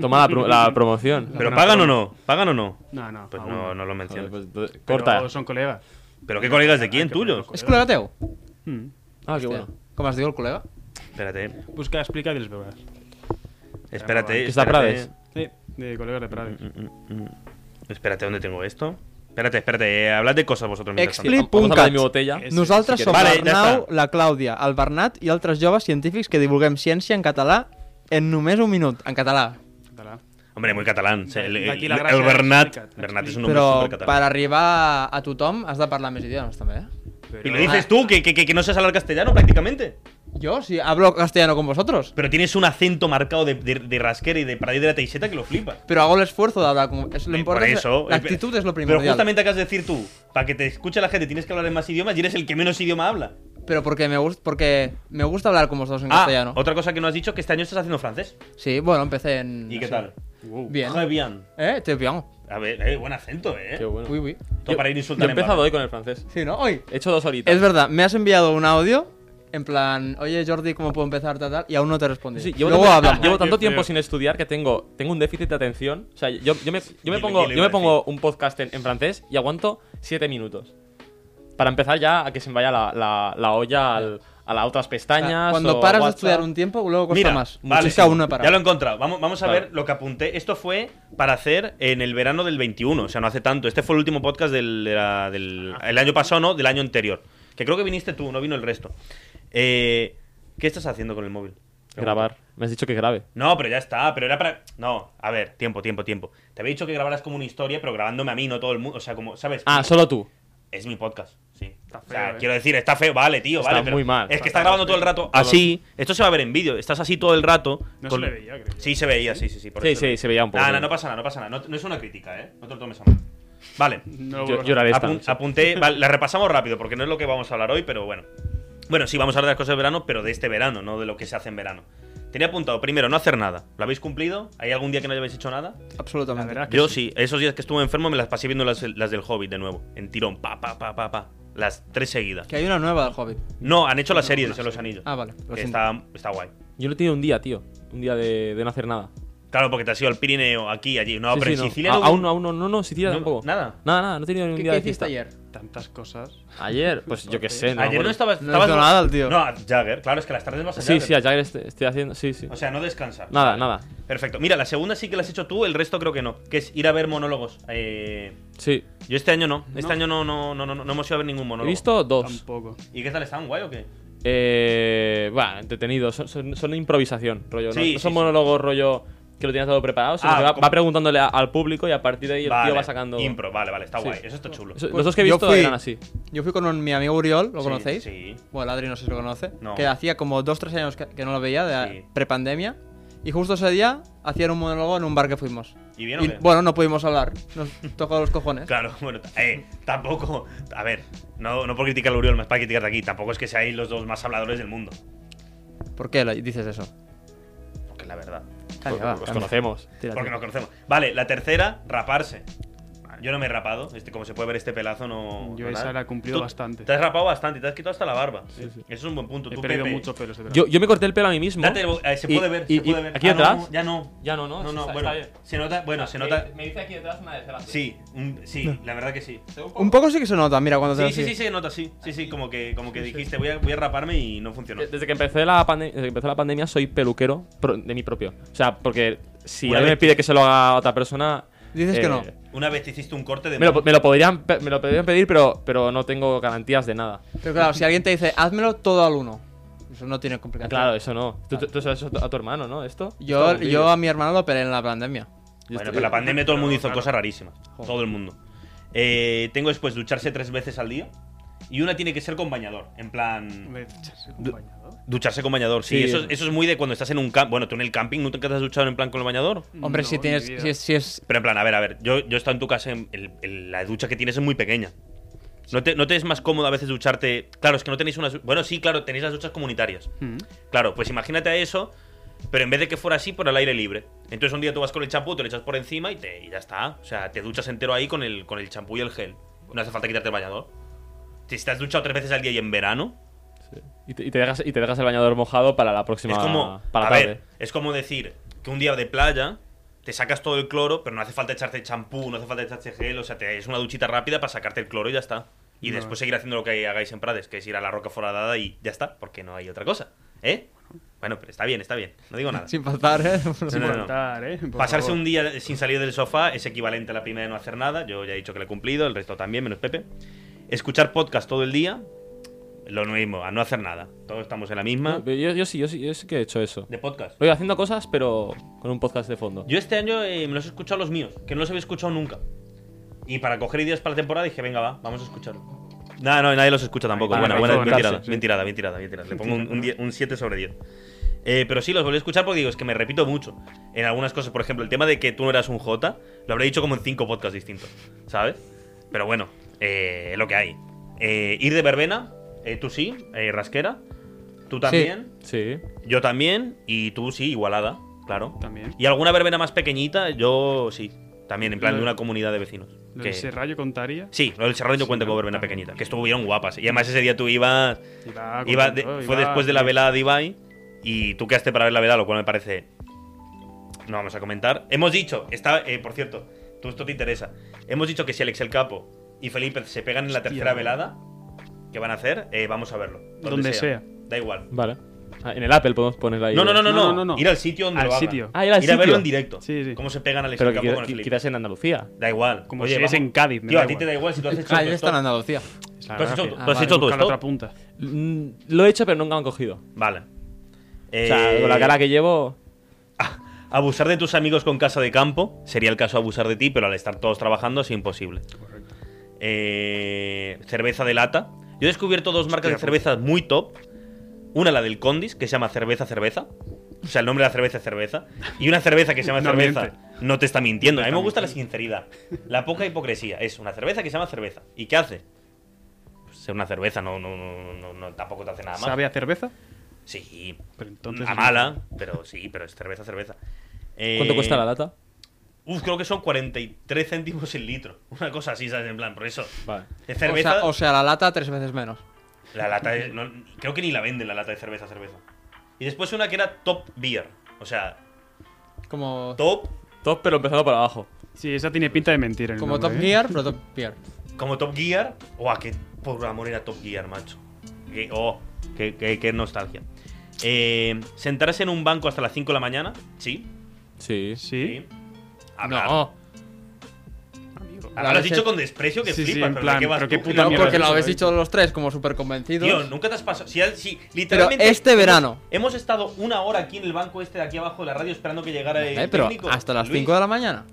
Speaker 5: Toma la, pro- la promoción.
Speaker 2: ¿Pero pagan o no? ¿Pagan o no?
Speaker 4: No, no.
Speaker 2: Pues
Speaker 4: aún
Speaker 2: no, no lo
Speaker 5: Ah, Joder,
Speaker 2: menciono.
Speaker 5: pues, Ah, entonces,
Speaker 4: Pero
Speaker 5: corta.
Speaker 4: Son colegas.
Speaker 2: ¿Pero qué colegas de
Speaker 4: Hay
Speaker 2: quién?
Speaker 4: que ponerlo
Speaker 2: ¿Tuyos?
Speaker 4: con-
Speaker 3: ¿Es colega Teo?
Speaker 4: Mm.
Speaker 5: Ah, qué bueno.
Speaker 3: ¿Cómo has dicho el colega?
Speaker 2: Espérate,
Speaker 4: Busca Explica y les verás.
Speaker 2: espérate.
Speaker 5: ¿Qué está
Speaker 2: espérate.
Speaker 5: Prades?
Speaker 4: Sí, de colegas de Prades.
Speaker 2: Mm, mm, mm. Espérate, ¿dónde tengo esto? Espérate, espérate, eh, hablad de cosas vosotros mientras tanto.
Speaker 3: Expli-
Speaker 5: Vamos a hablar de mi
Speaker 3: Puncat.
Speaker 5: botella.
Speaker 4: Sí, sí,
Speaker 3: Nosaltres
Speaker 2: sí que-
Speaker 3: som
Speaker 2: Vale, ja
Speaker 3: l'Arnau,
Speaker 2: està.
Speaker 3: la Clàudia, el Bernat i altres joves científics que divulguem ciència en català en només un minut, en català.
Speaker 2: mm.
Speaker 4: Català.
Speaker 2: Hombre, muy catalán. se- El,
Speaker 4: De aquí
Speaker 2: el,
Speaker 4: la gracia
Speaker 2: el Bernat.
Speaker 4: explica,
Speaker 2: Bernat es un hombre
Speaker 3: Però
Speaker 2: súper
Speaker 3: per
Speaker 2: catalán.
Speaker 3: arribar a tothom has de parlar més idiomes, també, eh?
Speaker 2: Y le dices tú que, que- que- que no sabes hablar castellano prácticamente.
Speaker 3: Jo, si hablo castellano con vosotros,
Speaker 2: Pero tienes un acento marcado de, de, de rasquera y de para ir de la teixeta que lo flipas.
Speaker 3: però hago el esfuerzo de hablar con... Es,
Speaker 2: Eh,
Speaker 3: lo
Speaker 2: Por
Speaker 3: importante
Speaker 2: eso.
Speaker 3: La actitud es
Speaker 2: primero.
Speaker 3: lo primordial.
Speaker 2: Pero justamente acabas de decir tú, para que te escuche la gente tienes que hablar en más idiomas y eres el que menos idioma habla.
Speaker 3: Pero porque me, gusta porque me gusta hablar con vosotros en
Speaker 2: Ah,
Speaker 3: castellano.
Speaker 2: otra cosa que no has dicho que este año estás haciendo francés.
Speaker 3: Sí, bueno, empecé en...
Speaker 2: ¿Y qué
Speaker 3: sí.
Speaker 2: tal?
Speaker 3: Bien.
Speaker 2: Muy bien.
Speaker 3: Eh, te pillamos.
Speaker 2: A ver, eh, buen acento, eh.
Speaker 5: Qué bueno.
Speaker 3: Uy, uy.
Speaker 2: Todo
Speaker 5: Yo-
Speaker 2: para ir a
Speaker 5: Yo
Speaker 2: insultar
Speaker 5: he
Speaker 2: en
Speaker 5: empezado
Speaker 2: barra.
Speaker 5: hoy con el francés.
Speaker 3: Sí, ¿no? Hoy.
Speaker 5: He hecho dos horitas.
Speaker 3: Es verdad, me has enviado un audio en plan, oye Jordi, ¿cómo puedo empezar? Tal, tal, y aún no te he respondido.
Speaker 5: Sí, llevo
Speaker 3: Luego
Speaker 5: tanto,
Speaker 3: hablamos.
Speaker 5: llevo tanto
Speaker 4: Qué
Speaker 5: tiempo
Speaker 4: feo.
Speaker 5: sin estudiar que tengo, tengo un déficit de atención. O sea, yo, yo me, yo me
Speaker 2: Dilo,
Speaker 5: pongo,
Speaker 2: dilo,
Speaker 5: yo me
Speaker 2: iba a
Speaker 5: pongo un podcast en, en francés y aguanto 7 minutos. Para empezar ya a que se me vaya la, la- la olla al- a las otras pestañas.
Speaker 3: Ah, Cuando
Speaker 5: o
Speaker 3: paras
Speaker 5: a
Speaker 3: de
Speaker 5: WhatsApp.
Speaker 3: estudiar un tiempo, luego cuesta más.
Speaker 2: vale,
Speaker 3: Muchísimo aún no he parado.
Speaker 2: Ya lo he encontrado. Vamos, vamos a
Speaker 5: Vale.
Speaker 2: ver lo que apunté. Esto fue para hacer en el verano del 21, o sea, no hace tanto. Este fue el último podcast del, de la- del- el año pasado, ¿no? Del año anterior. Que creo que viniste tú, no vino el resto. Eh, ¿Qué estás haciendo con el móvil?
Speaker 5: Grabar. Me has dicho que grabe.
Speaker 2: No, pero ya está, pero era para... No, a ver, tiempo, tiempo, tiempo. Te había dicho que grabaras como una historia, pero grabándome a mí, no todo el mundo. O sea, como, ¿sabes?
Speaker 5: Ah, solo tú.
Speaker 2: Es mi podcast, sí. o
Speaker 4: feo,
Speaker 2: sea,
Speaker 4: eh.
Speaker 2: quiero decir, está feo, vale, tío,
Speaker 5: Está
Speaker 2: vale. pero
Speaker 5: muy mal.
Speaker 2: Es que
Speaker 4: Está
Speaker 2: está grabando
Speaker 4: feo.
Speaker 2: todo el rato así. Esto se va a ver en vídeo. Estás así todo el rato.
Speaker 4: No
Speaker 2: con-
Speaker 4: se le veía, creo.
Speaker 2: Sí, se veía, sí, sí, sí. por
Speaker 5: Sí,
Speaker 2: eso-
Speaker 5: sí, se veía un poco.
Speaker 2: Nah, nah, no pasa nada, no pasa nada. No, no es una crítica, ¿eh? No te lo tomes a mal. Vale.
Speaker 4: No lo
Speaker 5: Yo-
Speaker 4: vuelvas a-
Speaker 5: lloraré esta
Speaker 2: Apun-
Speaker 5: noche.
Speaker 2: apunté, vale, la repasamos rápido porque no es lo que vamos a hablar hoy, pero bueno. Bueno, sí, vamos a hablar de las cosas de verano, pero de este verano, no de lo que se hace en verano. Tenía apuntado, primero, no hacer nada. ¿Lo habéis cumplido? ¿Hay algún día que no hayáis hecho nada?
Speaker 4: La
Speaker 3: Absolutamente.
Speaker 4: verdad que
Speaker 2: Yo sí. esos días que estuve enfermo me las pasé viendo las, las del Hobbit de nuevo, en tirón, pa, pa, pa, pa, pa. Las tres seguidas.
Speaker 3: Que hay una nueva del Hobbit.
Speaker 2: No, han hecho las series de los anillos.
Speaker 3: Ah, vale. Lo
Speaker 2: Que
Speaker 3: siento.
Speaker 2: está, está guay.
Speaker 5: Yo no he tenido un día, tío. Un día de, de no hacer nada.
Speaker 2: Claro, porque te has ido al Pirineo, aquí, allí. No,
Speaker 5: Sí,
Speaker 2: pero
Speaker 5: sí,
Speaker 2: en
Speaker 5: no.
Speaker 2: Sicilia.
Speaker 5: A-
Speaker 2: no-
Speaker 5: aún no, aún no, no, no, Sicilia
Speaker 2: No,
Speaker 5: tampoco.
Speaker 2: nada.
Speaker 5: Nada, nada, no he tenido ningún
Speaker 3: ¿Qué,
Speaker 5: día
Speaker 3: qué
Speaker 5: de
Speaker 3: hiciste
Speaker 5: fiesta.
Speaker 3: ayer?
Speaker 4: Tantas cosas.
Speaker 5: Ayer, pues yo qué sé. me
Speaker 2: Ayer
Speaker 5: acuerdo.
Speaker 2: no estabas.
Speaker 3: No
Speaker 2: estabas
Speaker 3: hizo nada el tío.
Speaker 2: No, a Jagger, claro, es que las tardes vas a
Speaker 5: Sí,
Speaker 2: Jagger.
Speaker 5: sí, ayer est- estoy haciendo. Sí, sí.
Speaker 2: O sea, no descansar.
Speaker 5: Nada, nada.
Speaker 2: Perfecto. Mira, la segunda sí que la has hecho tú, el resto creo que no. Que es ir a ver monólogos. Eh,
Speaker 5: Sí.
Speaker 2: yo este año no. Este año no, no, no, no, no, no hemos ido a ver ningún
Speaker 5: He
Speaker 2: monólogo.
Speaker 5: visto dos.
Speaker 4: Tampoco.
Speaker 2: ¿Y qué tal están? ¿Guay o qué?
Speaker 5: Eh, bueno, entretenidos. Son, son- son improvisación, rollo. ¿no?
Speaker 2: Sí,
Speaker 5: no
Speaker 2: sí,
Speaker 5: son
Speaker 2: sí.
Speaker 5: monólogos, rollo que lo tienes todo preparado. sino
Speaker 2: Ah,
Speaker 5: que va,
Speaker 2: como-
Speaker 5: va preguntándole a- al público y a partir de ahí el tío va sacando.
Speaker 2: Impro, vale, vale, está
Speaker 5: Sí.
Speaker 2: guay. Eso está chulo.
Speaker 5: Eso-
Speaker 3: Pues
Speaker 5: los dos que he
Speaker 3: yo
Speaker 5: visto
Speaker 3: fui-
Speaker 5: eran así.
Speaker 3: Yo fui con un- mi amigo Uriol, ¿lo
Speaker 2: Sí,
Speaker 3: conocéis?
Speaker 2: Sí.
Speaker 3: Bueno, Adri no sé si lo conoce.
Speaker 2: No.
Speaker 3: Que hacía como 2-3 años que, que no lo veía, de
Speaker 2: Sí.
Speaker 3: prepandemia. Y justo ese día hacían un monólogo en un bar que fuimos.
Speaker 2: ¿Y bien o
Speaker 3: Y,
Speaker 2: qué?
Speaker 3: bueno, no pudimos hablar. Nos tocó los cojones.
Speaker 2: Claro, bueno, t- eh, tampoco. A ver, no, no por criticar a Uriol, más para criticar de aquí. Tampoco es que seáis los dos más habladores del mundo.
Speaker 3: ¿Por qué lo- dices eso?
Speaker 2: Porque es la verdad.
Speaker 3: Calla,
Speaker 5: Porque
Speaker 3: va,
Speaker 5: os
Speaker 3: anda.
Speaker 5: conocemos.
Speaker 3: Tírate.
Speaker 2: Porque nos conocemos. Vale, la tercera, raparse. Yo no me he rapado. Este, como se puede ver, este pelazo no.
Speaker 4: Yo
Speaker 2: no
Speaker 4: esa
Speaker 2: tal.
Speaker 4: la he cumplido
Speaker 2: Tú
Speaker 4: bastante.
Speaker 2: Te has rapado bastante, te has quitado hasta la barba. Eso es un buen punto.
Speaker 4: He
Speaker 2: Tú,
Speaker 4: perdido
Speaker 2: Pepe,
Speaker 4: mucho pelo, de verdad.
Speaker 5: Yo, yo me corté el pelo a mí mismo.
Speaker 2: date- eh, se
Speaker 5: Y-
Speaker 2: puede ver,
Speaker 5: y-
Speaker 2: se puede
Speaker 5: y
Speaker 2: ver.
Speaker 5: Aquí
Speaker 2: Ah, no,
Speaker 5: detrás.
Speaker 2: ya no.
Speaker 5: Ya no, no,
Speaker 2: No,
Speaker 5: sí,
Speaker 2: no,
Speaker 5: está-
Speaker 2: bueno.
Speaker 5: está bien. Ah,
Speaker 2: Se nota, bueno, se
Speaker 5: Me-
Speaker 2: nota.
Speaker 5: Me dice aquí detrás una desgracia.
Speaker 2: Sí, un- sí, la verdad que sí.
Speaker 3: Un poco sí que se nota, mira, cuando te
Speaker 2: Sí,
Speaker 3: haces
Speaker 2: sí, sí,
Speaker 3: así.
Speaker 2: se nota, sí. Sí, sí, como que, como que dijiste, voy a, voy a raparme y no funcionó.
Speaker 5: De- Desde que, empecé la pande- desde que empezó la pandemia soy peluquero pro- de mi propio. O sea, porque si
Speaker 2: Una
Speaker 5: alguien
Speaker 2: vez-
Speaker 5: me pide que se lo haga a otra persona. eh,
Speaker 3: Dices que no.
Speaker 2: Una vez te hiciste un corte de.
Speaker 5: Me lo, me lo podrían, pe- me lo podrían pedir, pero, pero no tengo garantías de nada.
Speaker 3: Pero claro, si alguien te dice, házmelo todo al uno. Eso no tiene complicación.
Speaker 5: Claro, eso no. Tú, tú- tú sabes a tu hermano, ¿no? Esto.
Speaker 3: Yo,
Speaker 5: Esto-
Speaker 3: yo a mi hermano lo operé en la pandemia. Yo
Speaker 2: Bueno,
Speaker 3: estoy-
Speaker 2: pero la pandemia todo el mundo hizo cosas rarísimas.
Speaker 3: Joder.
Speaker 2: Todo el mundo. Eh, tengo después ducharse tres veces al día. Y una tiene que ser con bañador. En plan.
Speaker 4: Me- echarse un bañador.
Speaker 2: Ducharse con bañador. Sí,
Speaker 5: Sí.
Speaker 2: Eso, eso es muy de cuando estás en un camp. Bueno, tú en el camping nunca te has duchado en plan con el bañador.
Speaker 3: Hombre,
Speaker 4: No,
Speaker 3: si
Speaker 4: ni
Speaker 3: tienes.
Speaker 4: idea.
Speaker 3: Si es, si es-
Speaker 2: Pero en plan, a ver, a ver. Yo, yo he estado en tu casa. en- el- el- la ducha que tienes es muy pequeña. ¿No te, ¿No te es más cómodo a veces ducharte? Claro, es que no tenéis unas. Bueno, sí, claro, tenéis las duchas comunitarias.
Speaker 4: Mm.
Speaker 2: Claro, pues imagínate a eso, pero en vez de que fuera así, por el aire libre. Entonces un día tú vas con el champú, te lo echas por encima y, te, y ya está. O sea, te duchas entero ahí con el, con el champú y el gel. No hace falta quitarte el bañador. Si te has duchado tres veces al día y en verano,
Speaker 5: Y te, y te dejas, y te dejas el bañador mojado para la próxima.
Speaker 2: es como.
Speaker 5: Para
Speaker 2: a
Speaker 5: tarde.
Speaker 2: ver, es como decir que un día de playa te sacas todo el cloro, pero no hace falta echarte champú, no hace falta echarte gel. O sea, te, es una duchita rápida para sacarte el cloro y ya está. Y
Speaker 4: No.
Speaker 2: después seguir haciendo lo que hagáis en Prades, que es ir a la roca foradada y ya está, porque no hay otra cosa. ¿Eh? Bueno, pero está bien, está bien. No digo nada.
Speaker 3: sin faltar, ¿eh?
Speaker 2: No, no, no.
Speaker 4: Contar, ¿eh? Por
Speaker 2: Pasarse
Speaker 4: favor.
Speaker 2: un día sin salir del sofá es equivalente a la primera de no hacer nada. Yo ya he dicho que lo he cumplido, el resto también, menos Pepe. Escuchar podcast todo el día, lo mismo, a no hacer nada. Todos estamos en la misma.
Speaker 5: No, pero yo, yo sí, yo sí, yo sí que he hecho eso.
Speaker 2: De podcast.
Speaker 5: Voy haciendo cosas, pero con un podcast de fondo.
Speaker 2: Yo este año eh, me los he escuchado los míos, que no los había escuchado nunca. Y para coger ideas para la temporada dije, venga, va, vamos a escucharlo. Nada, no, nadie los escucha tampoco.
Speaker 5: Ahí
Speaker 2: Buena,
Speaker 5: va,
Speaker 2: buena,
Speaker 5: todo
Speaker 2: bien
Speaker 5: en
Speaker 2: tirada,
Speaker 5: clase,
Speaker 2: bien tirada, bien tirada, bien tirada. Le pongo un- un die- un 7 sobre 10. Eh, pero sí, los volví a escuchar porque digo, es que me repito mucho. En algunas cosas, por ejemplo, el tema de que tú no eras un J, lo habré dicho como en cinco podcasts distintos, ¿sabes? Pero bueno, eh, es lo que hay. Eh, ir de verbena, eh, tú sí, eh, Rasquera, tú también,
Speaker 5: Sí.
Speaker 2: yo también, y tú sí, Igualada, claro.
Speaker 4: También.
Speaker 2: Y alguna verbena más pequeñita, yo sí, también, en plan
Speaker 4: Lo-
Speaker 2: de una comunidad de vecinos.
Speaker 4: ¿Lo
Speaker 2: que-
Speaker 4: del serrallo contaría?
Speaker 2: Sí, lo del Serrallo yo cuento como verbena pequeñita, que estuvieron guapas. Y además ese día tú ibas...
Speaker 4: Iba
Speaker 2: Iba de-
Speaker 4: contento,
Speaker 2: fue
Speaker 4: Ah, iba-
Speaker 2: después de la velada de Ibai y tú quedaste para ver la velada, lo cual me parece. No vamos a comentar. Hemos dicho, está, eh, por cierto, tú esto te interesa. Hemos dicho que si Alex el Capo y Felipe se pegan en la
Speaker 4: Hostia.
Speaker 2: tercera velada, ¿qué van a hacer? Eh, vamos a verlo.
Speaker 4: Donde sea.
Speaker 2: Da igual.
Speaker 5: Vale. Ah, en el Apple podemos poner ahí.
Speaker 2: No no no, no,
Speaker 4: No,
Speaker 2: no,
Speaker 4: no, no, no.
Speaker 2: Ir al sitio donde
Speaker 4: Al
Speaker 2: lo hagan.
Speaker 4: sitio.
Speaker 5: Ah, ir al
Speaker 2: a verlo
Speaker 5: sitio.
Speaker 2: en directo.
Speaker 4: Sí, sí.
Speaker 2: ¿Cómo se pegan Alex
Speaker 5: Pero
Speaker 2: el
Speaker 5: que
Speaker 2: Capo con el
Speaker 5: qui-
Speaker 2: Felipe?
Speaker 5: quizás en Andalucía.
Speaker 2: Da igual.
Speaker 4: Como si es en Cádiz, me
Speaker 2: Tío,
Speaker 4: da
Speaker 2: a ti
Speaker 4: igual.
Speaker 2: te da igual si tú has hecho todo
Speaker 3: Ah, ya
Speaker 2: esto.
Speaker 3: está en Andalucía.
Speaker 2: Tú has hecho, tú
Speaker 3: Ah,
Speaker 2: has
Speaker 3: vale,
Speaker 2: hecho todo
Speaker 4: Busca la otra
Speaker 2: esto.
Speaker 4: punta.
Speaker 5: Mm, Lo he hecho, pero nunca me han cogido.
Speaker 2: Vale.
Speaker 5: O sea,
Speaker 2: Eh,
Speaker 5: con la cara que llevo.
Speaker 2: Abusar de tus amigos con casa de campo sería el caso de abusar de ti, pero al estar todos trabajando es imposible. Eh, cerveza de lata. Yo he descubierto dos marcas de
Speaker 4: Hostia, pues.
Speaker 2: cervezas muy top. Una, la del Condis, que se llama Cerveza Cerveza. O sea, el nombre de la cerveza es cerveza. Y una cerveza que se llama
Speaker 4: No
Speaker 2: cerveza.
Speaker 4: miente.
Speaker 2: No te está mintiendo. A mí me
Speaker 4: está
Speaker 2: gusta la sinceridad. La poca hipocresía. Es una cerveza que se llama cerveza. ¿Y qué hace? Pues ser una cerveza, no, no, no, no, no- tampoco te hace nada más.
Speaker 4: ¿Sabe a cerveza?
Speaker 2: Sí.
Speaker 4: Pero entonces
Speaker 2: a
Speaker 4: es
Speaker 2: mala, pero sí, pero es cerveza, cerveza. Eh,
Speaker 5: ¿Cuánto cuesta la lata?
Speaker 2: Uf, creo que son 43 céntimos el litro. Una cosa así, ¿sabes? En plan, por eso.
Speaker 5: Vale.
Speaker 2: De
Speaker 3: O
Speaker 2: cerveza.
Speaker 3: sea, o sea, la lata tres veces menos.
Speaker 2: La lata es- no- creo que ni la venden la lata de cerveza, cerveza. Y después una que era top beer. O sea,
Speaker 3: Como,
Speaker 2: top,
Speaker 5: Top, pero empezando por abajo.
Speaker 4: Sí, esa tiene pinta de mentir. el
Speaker 3: como
Speaker 4: nombre,
Speaker 3: Top
Speaker 4: ¿eh?
Speaker 3: Gear, pero Top Gear.
Speaker 2: como top gear. Guau, qué por amor era top gear, macho. Qué, oh, qué, qué- qué nostalgia. Eh, sentarse en un banco hasta las 5 de la mañana. Sí.
Speaker 5: Sí.
Speaker 4: ¿eh? Sí.
Speaker 2: Hablar.
Speaker 3: No,
Speaker 2: Ahora lo has dicho con desprecio que
Speaker 4: Sí, sí,
Speaker 2: flipas,
Speaker 4: en
Speaker 2: pero
Speaker 4: plan,
Speaker 2: ¿de qué vas
Speaker 4: pero qué
Speaker 2: tú?
Speaker 4: puta
Speaker 3: no,
Speaker 4: mierda
Speaker 3: porque
Speaker 4: has
Speaker 3: lo
Speaker 4: dicho,
Speaker 3: habéis
Speaker 4: eh.
Speaker 3: dicho los tres como súper convencidos.
Speaker 2: Tío, nunca te has pasado. Si, al- si literalmente.
Speaker 3: este
Speaker 2: hemos-
Speaker 3: verano.
Speaker 2: Hemos, estado una hora aquí en el banco este de aquí abajo de la radio esperando que llegara el
Speaker 3: Eh, pero
Speaker 2: técnico,
Speaker 3: hasta las
Speaker 2: Luis.
Speaker 3: 5 de la mañana.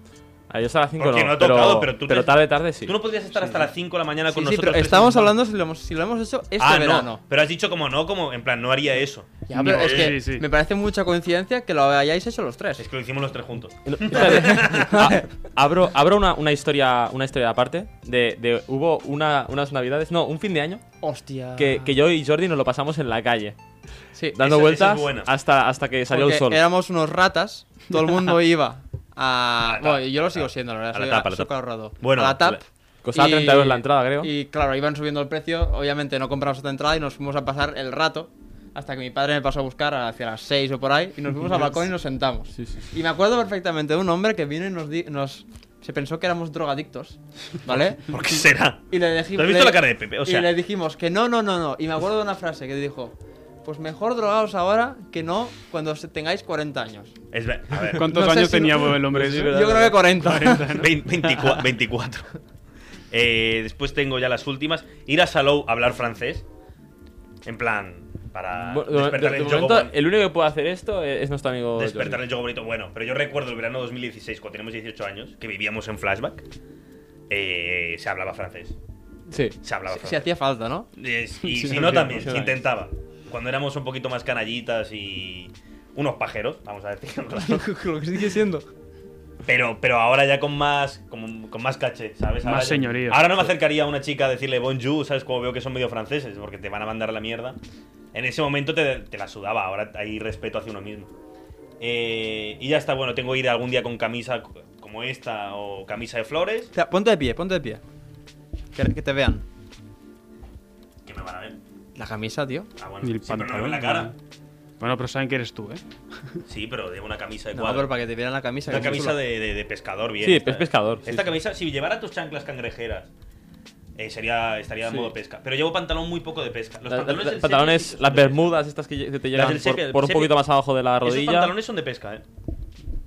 Speaker 5: A ellos a las 5
Speaker 2: Porque
Speaker 5: no,
Speaker 2: no ha tocado, pero tú te-
Speaker 5: tarde, tarde sí.
Speaker 2: Tú no podrías estar hasta las 5 de la mañana con
Speaker 3: Sí, sí,
Speaker 2: nosotros.
Speaker 3: pero
Speaker 2: tres
Speaker 3: estamos
Speaker 2: en-
Speaker 3: hablando si lo hemos, si lo hemos hecho este
Speaker 2: Ah,
Speaker 3: verano.
Speaker 2: no. Pero has dicho como no, como en plan, no haría eso.
Speaker 3: Ya, pero
Speaker 4: No,
Speaker 3: es que
Speaker 4: sí, sí.
Speaker 3: me parece mucha coincidencia que lo hayáis hecho los tres.
Speaker 2: Es que lo hicimos los tres juntos.
Speaker 5: No, espérate. A- abro abro una, una historia una historia aparte. De, de- hubo una, unas navidades, no, un fin de año,
Speaker 3: Hostia.
Speaker 5: que, que yo y Jordi nos lo pasamos en la calle,
Speaker 3: Sí,
Speaker 2: Esa- esa
Speaker 5: dando
Speaker 2: es
Speaker 5: vueltas
Speaker 2: buena.
Speaker 5: hasta, hasta que salió
Speaker 3: porque
Speaker 5: el sol.
Speaker 3: éramos unos ratas, todo el mundo iba a...
Speaker 2: la
Speaker 3: Bueno,
Speaker 2: tap,
Speaker 3: yo lo
Speaker 2: a
Speaker 3: sigo
Speaker 2: la-
Speaker 3: siendo, la verdad.
Speaker 2: a la
Speaker 3: soy
Speaker 2: tap, a la
Speaker 3: soy
Speaker 2: tap.
Speaker 3: colorado.
Speaker 2: Bueno,
Speaker 3: a la tap.
Speaker 2: la-
Speaker 5: costaba 30 euros la entrada, creo.
Speaker 3: Y claro, iban subiendo el precio. Obviamente no compramos otra entrada y nos fuimos a pasar el rato. Hasta que mi padre me pasó a buscar hacia las 6 o por ahí. Y nos fuimos al balcón y nos sentamos. Y me acuerdo perfectamente de un hombre que vino y nos. di- nos se pensó que éramos drogadictos. ¿Vale?
Speaker 2: ¿Por qué será?
Speaker 3: Y le dijimos.
Speaker 2: ¿Tú has visto
Speaker 3: le-
Speaker 2: la cara de Pepe? O sea-
Speaker 3: y le dijimos que no, no, no, no. Y me acuerdo de una frase que dijo: Pues mejor drogaos ahora que no cuando se- tengáis 40 años.
Speaker 2: Es ver- a ver,
Speaker 4: ¿Cuántos
Speaker 3: No sé
Speaker 4: años
Speaker 3: si
Speaker 4: tenía
Speaker 3: no-
Speaker 4: el hombre
Speaker 3: Yo
Speaker 4: ese?
Speaker 3: creo que 40.
Speaker 2: vein- 24. 24. Eh, después tengo ya las últimas. Ir a Salou a hablar francés. En plan, para
Speaker 5: Bueno, de-
Speaker 2: Ah, despertar
Speaker 5: de-
Speaker 2: el
Speaker 5: de
Speaker 2: juego.
Speaker 5: momento,
Speaker 2: bon-
Speaker 5: el único que puede hacer esto es, es nuestro amigo.
Speaker 2: Despertar
Speaker 5: Jordi.
Speaker 2: el juego bonito, bueno, pero yo recuerdo el verano 2016, cuando teníamos 18 años, que vivíamos en flashback, eh, se hablaba francés.
Speaker 5: Sí.
Speaker 2: Se hablaba
Speaker 3: si
Speaker 2: francés.
Speaker 3: hacía falta, ¿no?
Speaker 2: Es- Eh, y
Speaker 4: Sí,
Speaker 2: si
Speaker 4: no
Speaker 2: no,
Speaker 4: entiendo,
Speaker 2: también,
Speaker 5: sí,
Speaker 2: se
Speaker 5: también.
Speaker 2: intentaba. Cuando éramos un poquito más canallitas y unos pajeros, vamos a decir.
Speaker 3: lo que sigue siendo.
Speaker 2: Pero, pero ahora ya con más, con, con más caché, ¿sabes? Ahora
Speaker 4: Más
Speaker 2: ya-
Speaker 4: señorío.
Speaker 2: Ahora no me acercaría a una chica a decirle bonjour, ¿sabes? Como veo que son medio franceses, porque te van a mandar a la mierda. En ese momento te, te la sudaba, ahora hay respeto hacia uno mismo. Eh, y ya está, bueno, tengo que ir algún día con camisa como esta o camisa de flores,
Speaker 3: Espera, ponte de pie, ponte de pie. Que, que te vean.
Speaker 2: que me van a ver.
Speaker 3: La camisa, tío.
Speaker 2: Ah, bueno,
Speaker 4: Y el
Speaker 2: sí, pero no me ven
Speaker 4: pantalón,
Speaker 2: la cara.
Speaker 4: Bueno, pero saben que eres tú, ¿eh?
Speaker 2: Sí, pero de una camisa de
Speaker 3: No,
Speaker 2: cuadro.
Speaker 3: pero para que te vieran la camisa.
Speaker 2: Una
Speaker 3: que es
Speaker 2: camisa
Speaker 3: chula.
Speaker 2: de, de- de pescador, bien.
Speaker 5: Sí,
Speaker 2: esta,
Speaker 5: es
Speaker 2: eh.
Speaker 5: pescador, sí,
Speaker 2: Esta
Speaker 5: sí.
Speaker 2: camisa, si llevara tus chanclas cangrejeras, eh, sería, estaría en
Speaker 5: Sí.
Speaker 2: modo pesca. Pero llevo pantalón muy poco de pesca. Los
Speaker 5: La- la-
Speaker 2: pantalones,
Speaker 5: la-
Speaker 2: del
Speaker 5: pantalones,
Speaker 2: sepia sí que son
Speaker 5: las
Speaker 2: de pesca.
Speaker 5: bermudas estas que lle- que te llegan
Speaker 2: del sepia,
Speaker 5: por,
Speaker 2: del
Speaker 5: por un
Speaker 2: sepia.
Speaker 5: poquito más abajo de la
Speaker 2: Esos
Speaker 5: rodilla.
Speaker 2: pantalones son de pesca, eh.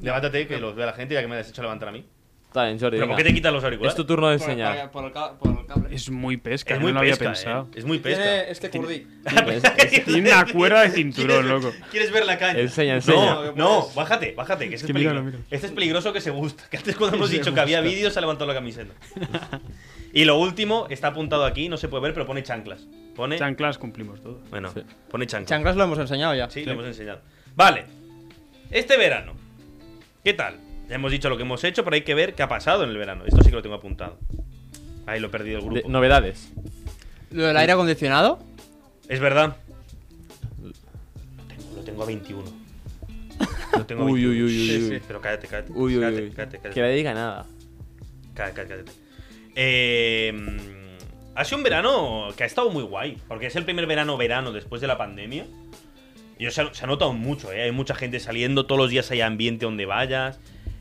Speaker 2: Levántate, que los ve la gente ya que me has hecho levantar a mí.
Speaker 5: Está bien, Jordi.
Speaker 2: ¿Pero por
Speaker 5: venga.
Speaker 2: qué te quitas los auriculares?
Speaker 5: Es tu turno de
Speaker 3: Por-
Speaker 5: enseñar.
Speaker 3: por el ca- por el cable.
Speaker 4: Es muy pesca,
Speaker 2: es
Speaker 4: yo
Speaker 2: muy
Speaker 4: no lo
Speaker 2: pesca,
Speaker 4: había pensado.
Speaker 2: eh. Es muy pesca.
Speaker 3: Tiene este curdi.
Speaker 4: Tiene una cuerda de cinturón,
Speaker 2: ¿Quieres-
Speaker 4: loco.
Speaker 2: ¿Quieres ver la calle?
Speaker 5: Enseña, enseña.
Speaker 2: No, no, bájate, bájate, que este es
Speaker 4: que
Speaker 2: peligroso.
Speaker 4: míralo, míralo.
Speaker 2: Este es peligroso que se gusta. Que antes cuando hemos dicho que había vídeos se ha levantado la camiseta. y lo último, está apuntado aquí, no se puede ver, pero pone chanclas. Pone.
Speaker 4: Chanclas cumplimos todo.
Speaker 2: bueno, pone chanclas.
Speaker 3: Chanclas lo hemos enseñado ya.
Speaker 2: Sí, lo hemos enseñado. Vale. Este verano. ¿Qué tal? Ya hemos dicho lo que hemos hecho, pero hay que ver qué ha pasado en el verano. Esto sí que lo tengo apuntado. Ahí lo he perdido el
Speaker 5: De-
Speaker 2: grupo.
Speaker 5: novedades.
Speaker 3: Lo del aire acondicionado.
Speaker 2: Es verdad. Lo tengo, lo tengo a 21. Lo tengo a 21.
Speaker 5: Uy, uy, uy, uy,
Speaker 2: Sí,
Speaker 5: uy.
Speaker 2: sí. Pero cállate, cállate.
Speaker 5: Uy, uy,
Speaker 2: cállate,
Speaker 5: uy.
Speaker 2: cállate, cállate.
Speaker 5: Que nadie diga nada.
Speaker 2: Cállate, cállate, cállate. Eh, mm, ha sido un verano que ha estado muy guay, porque es el primer verano verano después de la pandemia. Y se ha, se ha notado mucho, ¿eh? hay mucha gente saliendo, todos los días hay ambiente donde vayas.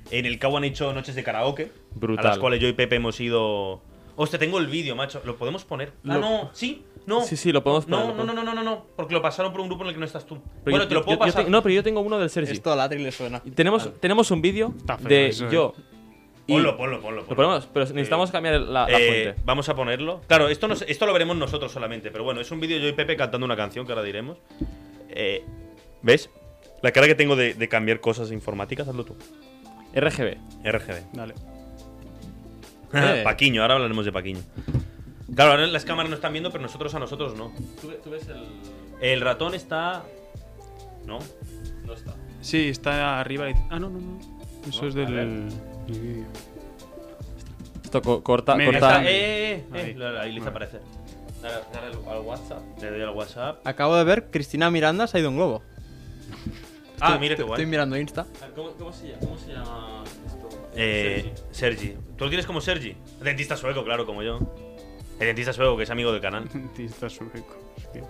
Speaker 2: En el Cabo han hecho noches de karaoke,
Speaker 5: Brutal.
Speaker 2: a las cuales yo y Pepe hemos ido... Hostia, tengo el vídeo, macho. ¿Lo podemos poner? Ah,
Speaker 5: Lo-
Speaker 2: no, sí, no.
Speaker 5: Sí, sí, lo podemos poner,
Speaker 2: No,
Speaker 5: lo
Speaker 2: no, no,
Speaker 5: podemos-
Speaker 2: no, no, no, no, porque lo pasaron por un grupo en el que no estás tú.
Speaker 5: Pero
Speaker 2: bueno,
Speaker 5: yo-
Speaker 2: te lo
Speaker 5: yo-
Speaker 2: puedo
Speaker 5: yo te-
Speaker 2: pasar.
Speaker 5: no, pero yo tengo uno del Sergi.
Speaker 3: Esto a Latri le suena.
Speaker 5: Tenemos, tenemos un vídeo
Speaker 4: Está feo
Speaker 5: de
Speaker 4: eso, eh.
Speaker 5: yo. y-
Speaker 2: Ponlo, ponlo, ponlo.
Speaker 5: Lo
Speaker 2: ponlo.
Speaker 5: ponemos, pero necesitamos
Speaker 2: Eh,
Speaker 5: cambiar la, la
Speaker 2: Eh,
Speaker 5: fuente.
Speaker 2: Vamos a ponerlo. Claro, esto, no, se- esto lo veremos nosotros solamente, pero bueno, es un vídeo yo y Pepe cantando una canción que ahora diremos. Eh, ¿Ves? La cara que tengo de, de cambiar cosas informáticas, hazlo tú.
Speaker 5: RGB.
Speaker 2: RGB.
Speaker 4: Dale.
Speaker 3: Eh.
Speaker 2: Ah, Paquiño, ahora hablaremos de Paquiño. Claro, ahora las cámaras no están viendo, pero nosotros a nosotros no. El ratón está. No.
Speaker 5: No está.
Speaker 4: Sí, está arriba. y- Ah, no, no, no. Eso
Speaker 2: No,
Speaker 4: es
Speaker 2: a
Speaker 4: del.
Speaker 2: ver.
Speaker 4: del vídeo.
Speaker 5: Esto co- corta,
Speaker 4: Me-
Speaker 2: Ahí
Speaker 5: corta.
Speaker 2: está, eh, eh, eh.
Speaker 4: Ahí.
Speaker 2: Ahí, ahí les
Speaker 4: Vale.
Speaker 2: aparece. Dale, dale al- al WhatsApp. Le doy al WhatsApp.
Speaker 3: Acabo de ver Cristina Miranda se ha ido un globo.
Speaker 2: Ah, mira
Speaker 3: Estoy-
Speaker 2: qué
Speaker 3: estoy- Estoy
Speaker 2: guay.
Speaker 3: mirando Insta.
Speaker 5: ¿Cómo, se llama, ¿Cómo se llama esto?
Speaker 2: Eh, Sergi. ¿Tú lo tienes como Sergi? El dentista sueco, claro, como yo. El dentista sueco, que es amigo del canal.
Speaker 4: Dentista sueco. Es que-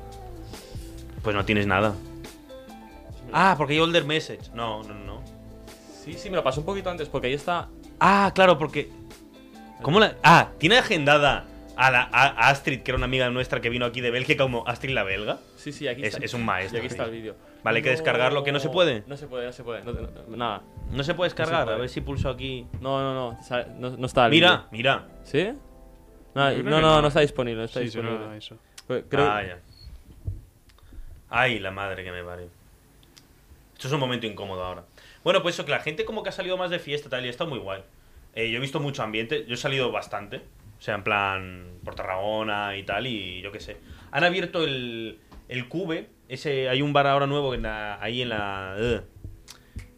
Speaker 2: Pues no tienes nada. Ah, porque hay older message. No, no, no.
Speaker 5: Sí, sí, me lo pasó un poquito antes porque ahí está.
Speaker 2: Ah, claro, porque. ¿Cómo la.? Ah, tiene agendada a, la, a a Astrid, que era una amiga nuestra que vino aquí de Bélgica, como Astrid la belga.
Speaker 5: Sí, sí, aquí
Speaker 2: Es,
Speaker 5: está.
Speaker 2: es un maestro.
Speaker 5: Y aquí está el
Speaker 2: tío.
Speaker 5: vídeo.
Speaker 2: Vale, hay que descargarlo, que no se puede.
Speaker 5: No se puede, no se puede. no- no- nada.
Speaker 2: No se puede descargar,
Speaker 5: puede.
Speaker 2: a ver si pulso aquí.
Speaker 5: No, no, no. sa- No, no está el
Speaker 2: Mira, mira.
Speaker 5: vídeo. ¿Sí? No,
Speaker 4: Yo creo
Speaker 5: no,
Speaker 4: que
Speaker 5: no,
Speaker 4: no.
Speaker 5: no está disponible. No está
Speaker 4: Sí,
Speaker 5: disponible.
Speaker 4: suena a eso.
Speaker 5: Pues creo-
Speaker 2: Ah, ya. Ay, la madre que me parió. Esto es un momento incómodo ahora. Bueno, pues eso, que la gente como que ha salido más de fiesta tal, y está muy guay. eh, yo he visto mucho ambiente, yo he salido bastante, o sea, en plan por Tarragona y tal, y yo qué sé. Han abierto el, el Cube, ese, hay un bar ahora nuevo en la- ahí en la... ugh,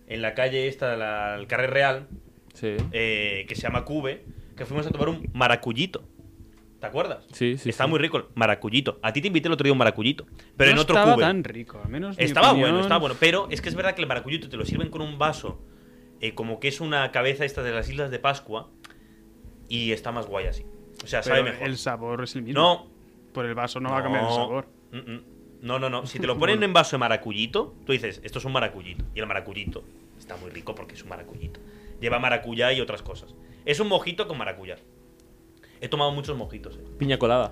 Speaker 2: en la calle esta, la, el Carrer Real,
Speaker 6: Sí.
Speaker 2: eh, que se llama Cube, que fuimos a tomar un maracuyito. ¿Te acuerdas?
Speaker 6: Sí, sí,
Speaker 2: Está
Speaker 6: sí.
Speaker 2: muy rico el maracuyito. A ti te invité el otro día un maracuyito, pero
Speaker 4: no
Speaker 2: en otro
Speaker 4: estaba
Speaker 2: cube.
Speaker 4: tan rico, al menos. mi
Speaker 2: Estaba
Speaker 4: opinión-
Speaker 2: bueno, estaba bueno. Pero es que es verdad que el maracuyito te lo sirven con un vaso, eh, como que es una cabeza esta de las Islas de Pascua, y está más guay así. O sea,
Speaker 4: Pero
Speaker 2: sabe mejor.
Speaker 4: El sabor es el mismo.
Speaker 2: No,
Speaker 4: Por el vaso no, va a cambiar el sabor.
Speaker 2: Mm, mm. No, no, no. Si te lo ponen en vaso de maracuyito, tú dices, esto es un maracuyito. Y el maracuyito está muy rico porque es un maracuyito. Lleva maracuyá y otras cosas. Es un mojito con maracuyá. He tomado muchos mojitos. eh.
Speaker 5: Piña colada.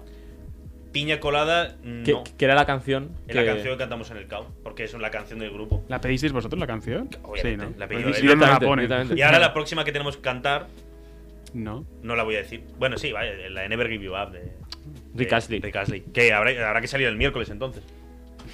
Speaker 2: Piña colada, mm,
Speaker 5: Que,
Speaker 2: no.
Speaker 5: que era la canción.
Speaker 2: Es
Speaker 5: que-
Speaker 2: la canción que cantamos en el CAO, porque es la canción del grupo.
Speaker 4: ¿La pedisteis vosotros la canción?
Speaker 2: Obviamente,
Speaker 4: sí, ¿no?
Speaker 2: la pedí
Speaker 4: Pues
Speaker 2: yo,
Speaker 4: si no, no la
Speaker 5: directamente,
Speaker 4: ponen.
Speaker 5: directamente.
Speaker 2: Y ahora la próxima que tenemos que cantar,
Speaker 4: No.
Speaker 2: no la voy a decir. Bueno, sí, vaya, la de Never Give You Up de, de
Speaker 5: Rick Astley.
Speaker 2: Rick Astley. Que habrá, habrá que salir el miércoles entonces.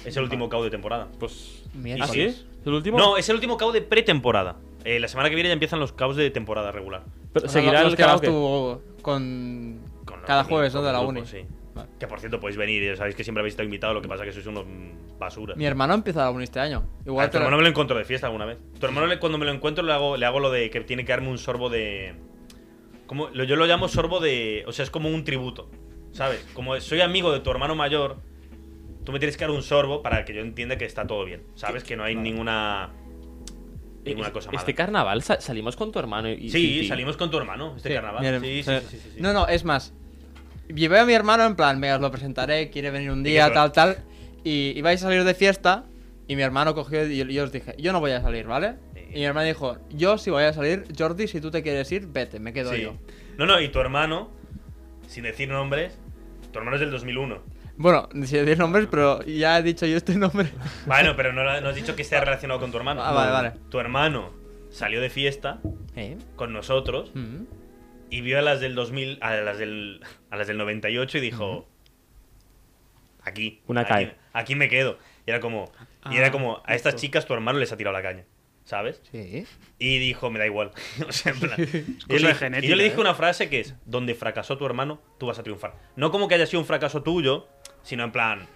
Speaker 2: Es el último CAO de temporada.
Speaker 5: Pues. ¿Ah,
Speaker 3: Miércoles.
Speaker 5: sí? ¿Es el último?
Speaker 2: No, es el último cabo de pretemporada. Eh, la semana que viene ya empiezan los cabos de temporada regular.
Speaker 5: Pero
Speaker 3: O sea,
Speaker 5: seguirá
Speaker 3: los
Speaker 5: el
Speaker 3: que vas
Speaker 5: karaoke.
Speaker 3: tú con,
Speaker 2: Con la-
Speaker 3: cada
Speaker 2: con-
Speaker 3: jueves,
Speaker 2: con
Speaker 3: ¿no? De
Speaker 2: el
Speaker 3: la
Speaker 2: grupo,
Speaker 3: uni.
Speaker 2: sí.
Speaker 3: Vale.
Speaker 2: Que por cierto podéis venir, ya sabéis que siempre habéis estado invitados, lo que pasa que sois unos mm, basura.
Speaker 3: Mi hermano empieza la uni este año. Igual
Speaker 2: A Ah, tu
Speaker 3: te lo-
Speaker 2: hermano me lo encuentro de fiesta alguna vez. Tu hermano le- cuando me lo encuentro le hago, le hago lo de que tiene que darme un sorbo de... Como, yo lo llamo sorbo de... O sea, es como un tributo. ¿Sabes? Como soy amigo de tu hermano mayor, tú me tienes que dar un sorbo para que yo entienda que está todo bien. ¿Sabes? Que no hay ninguna... Ninguna
Speaker 3: E,
Speaker 5: Es-
Speaker 2: cosa mala.
Speaker 5: Este carnaval sa- salimos con tu hermano y.
Speaker 2: Sí,
Speaker 5: y- y-
Speaker 2: salimos con tu hermano este
Speaker 3: Sí,
Speaker 2: carnaval.
Speaker 3: mi her-
Speaker 2: Sí, sí,
Speaker 3: o sea,
Speaker 2: sí, sí, sí, sí.
Speaker 3: No, no, es más. Llevé a mi hermano en plan, venga, os lo presentaré, quiere venir un
Speaker 2: qué
Speaker 3: día,
Speaker 2: se va?
Speaker 3: tal, tal. Y ibais a salir de fiesta y mi hermano cogió y yo, yo os dije, yo no voy a salir, ¿vale?
Speaker 2: Sí.
Speaker 3: Y mi hermano dijo, yo sí voy a salir, Jordi, si tú te quieres ir, vete, me quedo
Speaker 2: Sí.
Speaker 3: yo.
Speaker 2: No, no, y tu hermano, sin decir nombres, tu hermano es del 2001.
Speaker 3: Bueno, sin decir nombres, pero ya he dicho yo este nombre.
Speaker 2: Bueno, pero no, la- no has dicho que esté relacionado con tu hermano.
Speaker 3: Ah, vale, vale.
Speaker 2: Tu hermano salió de fiesta
Speaker 3: ¿Eh?
Speaker 2: con nosotros
Speaker 3: Mm.
Speaker 2: y vio a las del 2000, a las del, a las del 98 y dijo, aquí,
Speaker 5: Una
Speaker 2: aquí,
Speaker 5: cae.
Speaker 2: aquí me quedo. Y era como, y
Speaker 3: Ah,
Speaker 2: era como, a estas chicas tu hermano les ha tirado la caña, ¿sabes?
Speaker 3: Sí.
Speaker 2: Y dijo, me da igual. o sea, en plan, y,
Speaker 4: de
Speaker 2: yo le,
Speaker 4: genética,
Speaker 2: y yo le dije
Speaker 4: ¿eh?
Speaker 2: una frase que es, donde fracasó tu hermano, tú vas a triunfar. No como que haya sido un fracaso tuyo, sino en plan...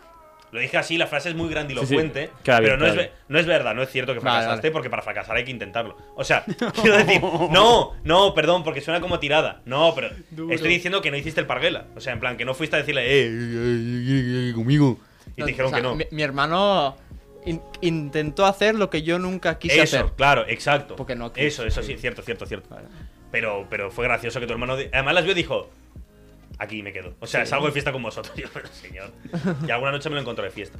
Speaker 2: Lo dije así, la frase es muy grandilocuente,
Speaker 5: Sí, sí. Queda bien,
Speaker 2: pero no,
Speaker 5: queda
Speaker 2: es, ve-
Speaker 5: bien.
Speaker 2: no es verdad, no es cierto que
Speaker 3: Vale,
Speaker 2: fracasaste,
Speaker 3: vale.
Speaker 2: porque para fracasar hay que intentarlo. O sea, quiero decir, no, no, perdón, porque suena como tirada. No, pero estoy diciendo que no hiciste el parguela. O sea, en plan, que no fuiste a decirle, eh, eh, eh, eh, eh, conmigo. Y
Speaker 3: No,
Speaker 2: te dijeron
Speaker 3: o sea,
Speaker 2: que no.
Speaker 3: Mi, mi hermano in- intentó hacer lo que yo nunca quise
Speaker 2: eso,
Speaker 3: hacer.
Speaker 2: claro, exacto.
Speaker 3: Porque no quise,
Speaker 2: eso, eso sí, cierto, cierto, cierto. Pero, pero fue gracioso que tu hermano. di- Además, las vio y dijo: Aquí me quedo. O sea, salgo de fiesta con vosotros. Yo, pero señor. Y alguna noche me lo encontré de fiesta.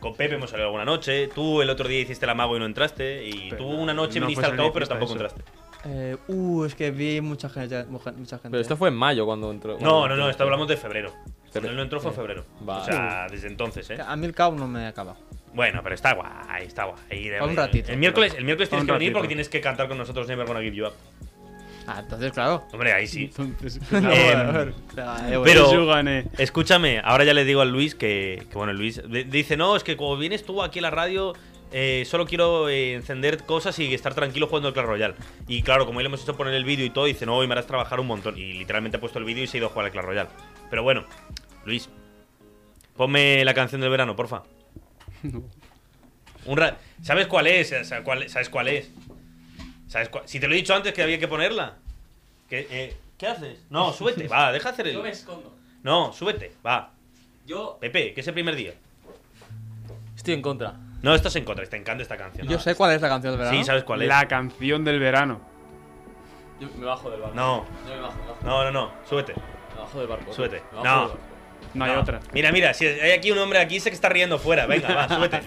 Speaker 2: Con Pepe hemos salido alguna noche. Tú el otro día hiciste el amago y no entraste. Y
Speaker 4: Pero
Speaker 2: tú una noche
Speaker 4: no
Speaker 2: viniste
Speaker 4: fue
Speaker 2: al cabo,
Speaker 4: salir de
Speaker 2: pero
Speaker 4: fiesta
Speaker 2: tampoco
Speaker 4: eso.
Speaker 2: entraste.
Speaker 3: Eh, uh, es que vi mucha gente. Mucha, mucha gente.
Speaker 5: Pero esto fue en mayo cuando entró. este.
Speaker 2: No, no, no, esto hablamos de febrero. Cuando
Speaker 5: Febrero.
Speaker 2: él no entró fue en febrero.
Speaker 5: Vale.
Speaker 2: O sea, desde entonces, ¿eh?
Speaker 3: A mí el cabo no me acaba.
Speaker 2: Bueno, pero está guay, está guay.
Speaker 3: Pa' un ratito.
Speaker 2: El miércoles, el miércoles
Speaker 4: Pa'
Speaker 2: tienes
Speaker 4: un
Speaker 2: que venir
Speaker 4: ratito.
Speaker 2: porque tienes que cantar con nosotros Never Gonna Give You Up.
Speaker 3: Ah, entonces, claro.
Speaker 2: Hombre, ahí sí.
Speaker 4: Entonces,
Speaker 2: Eh,
Speaker 4: pero
Speaker 2: pero-
Speaker 4: yo gané.
Speaker 2: Escúchame, ahora ya le digo a Luis que, que, bueno, Luis de- dice, no, es que como vienes tú aquí a la radio, eh, solo quiero eh, encender cosas y estar tranquilo jugando al Clash Royale. Y claro, como él hemos hecho poner el vídeo y todo, dice, no, hoy me harás trabajar un montón. Y literalmente ha puesto el vídeo y se ha ido a jugar al Clash Royale. Pero bueno, Luis, ponme la canción del verano, porfa. Un ra- ¿Sabes cuál es? O sea, cuál- ¿Sabes cuál es? ¿Sabes cuál- Si te lo he dicho antes que había que ponerla. ¿Qué, eh, ¿qué haces? No, súbete, va, deja hacer el...
Speaker 5: escondo.
Speaker 2: No, súbete, va.
Speaker 5: Yo
Speaker 2: Pepe, que es el primer día.
Speaker 5: estoy en contra.
Speaker 2: No, estás en contra, te encanta esta canción.
Speaker 3: Yo sé cuál es la canción del verano.
Speaker 2: Sí, ¿sabes cuál es?
Speaker 4: La canción del verano.
Speaker 5: Yo me bajo del barco.
Speaker 2: No,
Speaker 5: Yo me bajo, me bajo,
Speaker 2: no, no, no, súbete.
Speaker 5: me bajo del barco.
Speaker 2: Súbete.
Speaker 5: Me bajo
Speaker 2: No.
Speaker 5: del barco.
Speaker 4: No hay
Speaker 2: No.
Speaker 4: otra.
Speaker 2: Mira, mira, si hay aquí un hombre aquí, sé que está riendo fuera. Venga, va, súbete.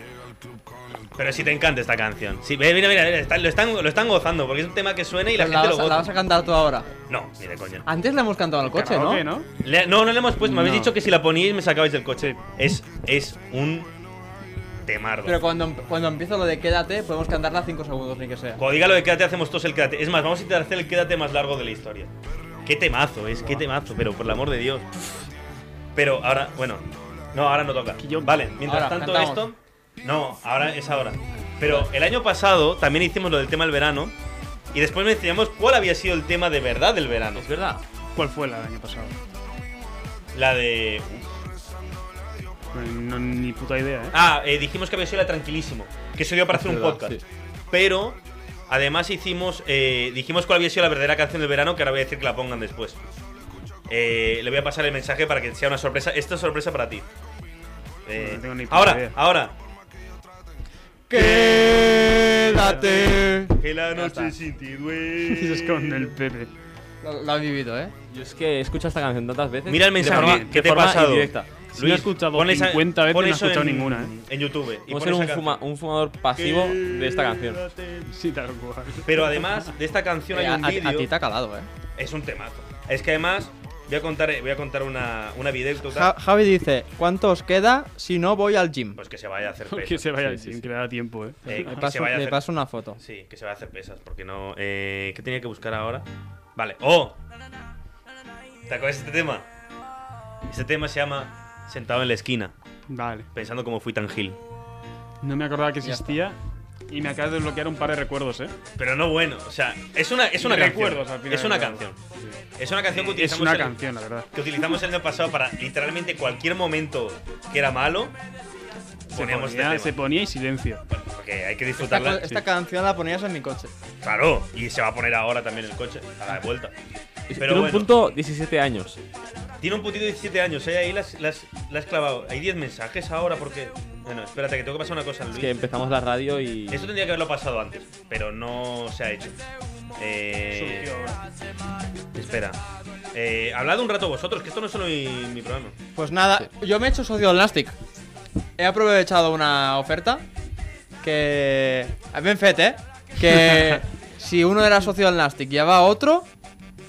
Speaker 2: Pero si te encanta esta canción. Sí, ve, mira, mira, mira, está- lo, están, lo están gozando porque es un tema que suena y la
Speaker 3: Pero Pues la,
Speaker 2: gente lo
Speaker 3: vas, la
Speaker 2: goza.
Speaker 3: vas a cantar tú ahora.
Speaker 2: No, ni de coña.
Speaker 3: Antes la hemos cantado en el coche,
Speaker 4: Karaoke,
Speaker 3: ¿no?
Speaker 4: ¿no?
Speaker 2: Le- no, no le hemos puesto. Me habéis
Speaker 4: No.
Speaker 2: dicho que si la poníais me sacabais del coche. Es, es un temardo.
Speaker 3: Pero cuando, cuando empiezo lo de quédate, podemos cantarla 5 segundos, ni que sea.
Speaker 2: Cuando diga lo de quédate, hacemos todos el quédate. Es más, vamos a intentar hacer el quédate más largo de la historia. Qué temazo, es qué temazo, pero por el amor de Dios. Pero ahora, bueno, no, ahora no toca. Vale, mientras
Speaker 3: Ahora,
Speaker 2: tanto
Speaker 3: cantamos.
Speaker 2: esto. No, ahora es ahora. Pero el año pasado también hicimos lo del tema del verano. Y después mencionamos cuál había sido el tema de verdad del verano.
Speaker 5: Es verdad.
Speaker 4: ¿Cuál fue la del año pasado?
Speaker 2: La de.
Speaker 4: No, no- ni puta idea, ¿eh?
Speaker 2: Ah, eh, dijimos que había sido la tranquilísimo. Que eso dio
Speaker 4: Ah,
Speaker 2: para hacer un
Speaker 3: verdad,
Speaker 2: podcast.
Speaker 3: sí.
Speaker 2: Pero. Además hicimos, eh, dijimos cuál había sido la verdadera canción del verano, que ahora voy a decir que la pongan después. Eh, le voy a pasar el mensaje para que sea una sorpresa. Esto es sorpresa para ti. Eh,
Speaker 4: No tengo ni puta
Speaker 2: ahora,
Speaker 4: idea.
Speaker 2: ahora.
Speaker 3: Quédate.
Speaker 2: Que la noche
Speaker 3: está.
Speaker 2: sin ti duele.
Speaker 4: Es con el Pepe.
Speaker 3: Lo, lo ha vivido, ¿eh?
Speaker 5: Yo es que he escuchado esta canción tantas veces.
Speaker 2: Mira el
Speaker 5: de
Speaker 2: mensaje
Speaker 5: forma-
Speaker 2: que
Speaker 5: de
Speaker 2: te he
Speaker 5: forma
Speaker 2: pasado.
Speaker 5: indirecta.
Speaker 4: Si lo he escuchado
Speaker 2: pon
Speaker 4: 50 veces,
Speaker 2: pon
Speaker 4: no he
Speaker 2: eso
Speaker 4: escuchado
Speaker 2: en-
Speaker 4: ninguna, eh.
Speaker 2: En YouTube. y
Speaker 5: Vamos a
Speaker 2: pon
Speaker 5: ser un,
Speaker 2: esa
Speaker 5: fuma-
Speaker 2: canción.
Speaker 5: un fumador pasivo de esta canción.
Speaker 4: Sí, tal cual.
Speaker 2: Pero además de esta canción
Speaker 3: Eh,
Speaker 2: hay
Speaker 3: a,
Speaker 2: un
Speaker 3: a- a ti te
Speaker 2: vídeo.
Speaker 3: ha calado, ¿eh?
Speaker 2: Es un temazo. Es que además voy a contar, voy a contar una, una videoclip.
Speaker 3: Ja- Javi dice, ¿cuánto os queda si no voy al gym?
Speaker 2: Pues que se vaya a hacer
Speaker 4: que
Speaker 2: pesas.
Speaker 4: se vaya al
Speaker 5: Sí, sí,
Speaker 4: gym,
Speaker 5: sí.
Speaker 4: que le da tiempo, ¿eh?
Speaker 2: Eh,
Speaker 3: Le
Speaker 2: que se
Speaker 3: paso,
Speaker 2: vaya a
Speaker 3: le
Speaker 2: hacer-
Speaker 3: paso una foto.
Speaker 2: Sí, que se vaya a hacer pesas, porque no. Eh, ¿Qué tenía que buscar ahora? Vale. ¡Oh! ¿Te acuerdas de este tema? Este tema se llama Sentado en la esquina,
Speaker 4: Vale.
Speaker 2: pensando como fui tan gil.
Speaker 4: No me acordaba que existía y me acabas de desbloquear un par de recuerdos, ¿eh?
Speaker 2: Pero no bueno, o sea, es una, es una
Speaker 4: Recuerdos, al
Speaker 2: canción.
Speaker 4: final,
Speaker 2: Es una
Speaker 4: claro.
Speaker 2: canción. Es una canción que
Speaker 4: Es
Speaker 2: utilizamos,
Speaker 4: una
Speaker 2: el,
Speaker 4: canción, la verdad.
Speaker 2: que utilizamos el año pasado para literalmente cualquier momento que era malo.
Speaker 4: Se
Speaker 2: Poníamos este
Speaker 4: ponía,
Speaker 2: tema.
Speaker 4: se ponía y silencio.
Speaker 2: Bueno, porque hay que
Speaker 3: Esta,
Speaker 2: disfrutarla.
Speaker 3: co- esta canción la ponías en mi coche.
Speaker 2: Claro, y se va a poner ahora también en el coche, a la de vuelta. Pero
Speaker 5: Tiene un
Speaker 2: bueno.
Speaker 5: punto 17 años.
Speaker 2: Tiene un putito de 17 años, ¿eh? ahí las, las, las clavado. Hay 10 mensajes ahora porque. Bueno, espérate, que tengo que pasar una cosa, Luis.
Speaker 5: Es que empezamos la radio y.
Speaker 2: Esto tendría que haberlo pasado antes, pero no se ha hecho. Eh,
Speaker 4: Surgió ahora.
Speaker 2: espera. Eh, hablad un rato vosotros, que esto no es solo mi, mi programa.
Speaker 3: Pues nada, yo me he hecho socio del Nastic. He aprovechado una oferta que... A Benfet, ¿eh? Que si uno era socio del Nastic y llevaba otro,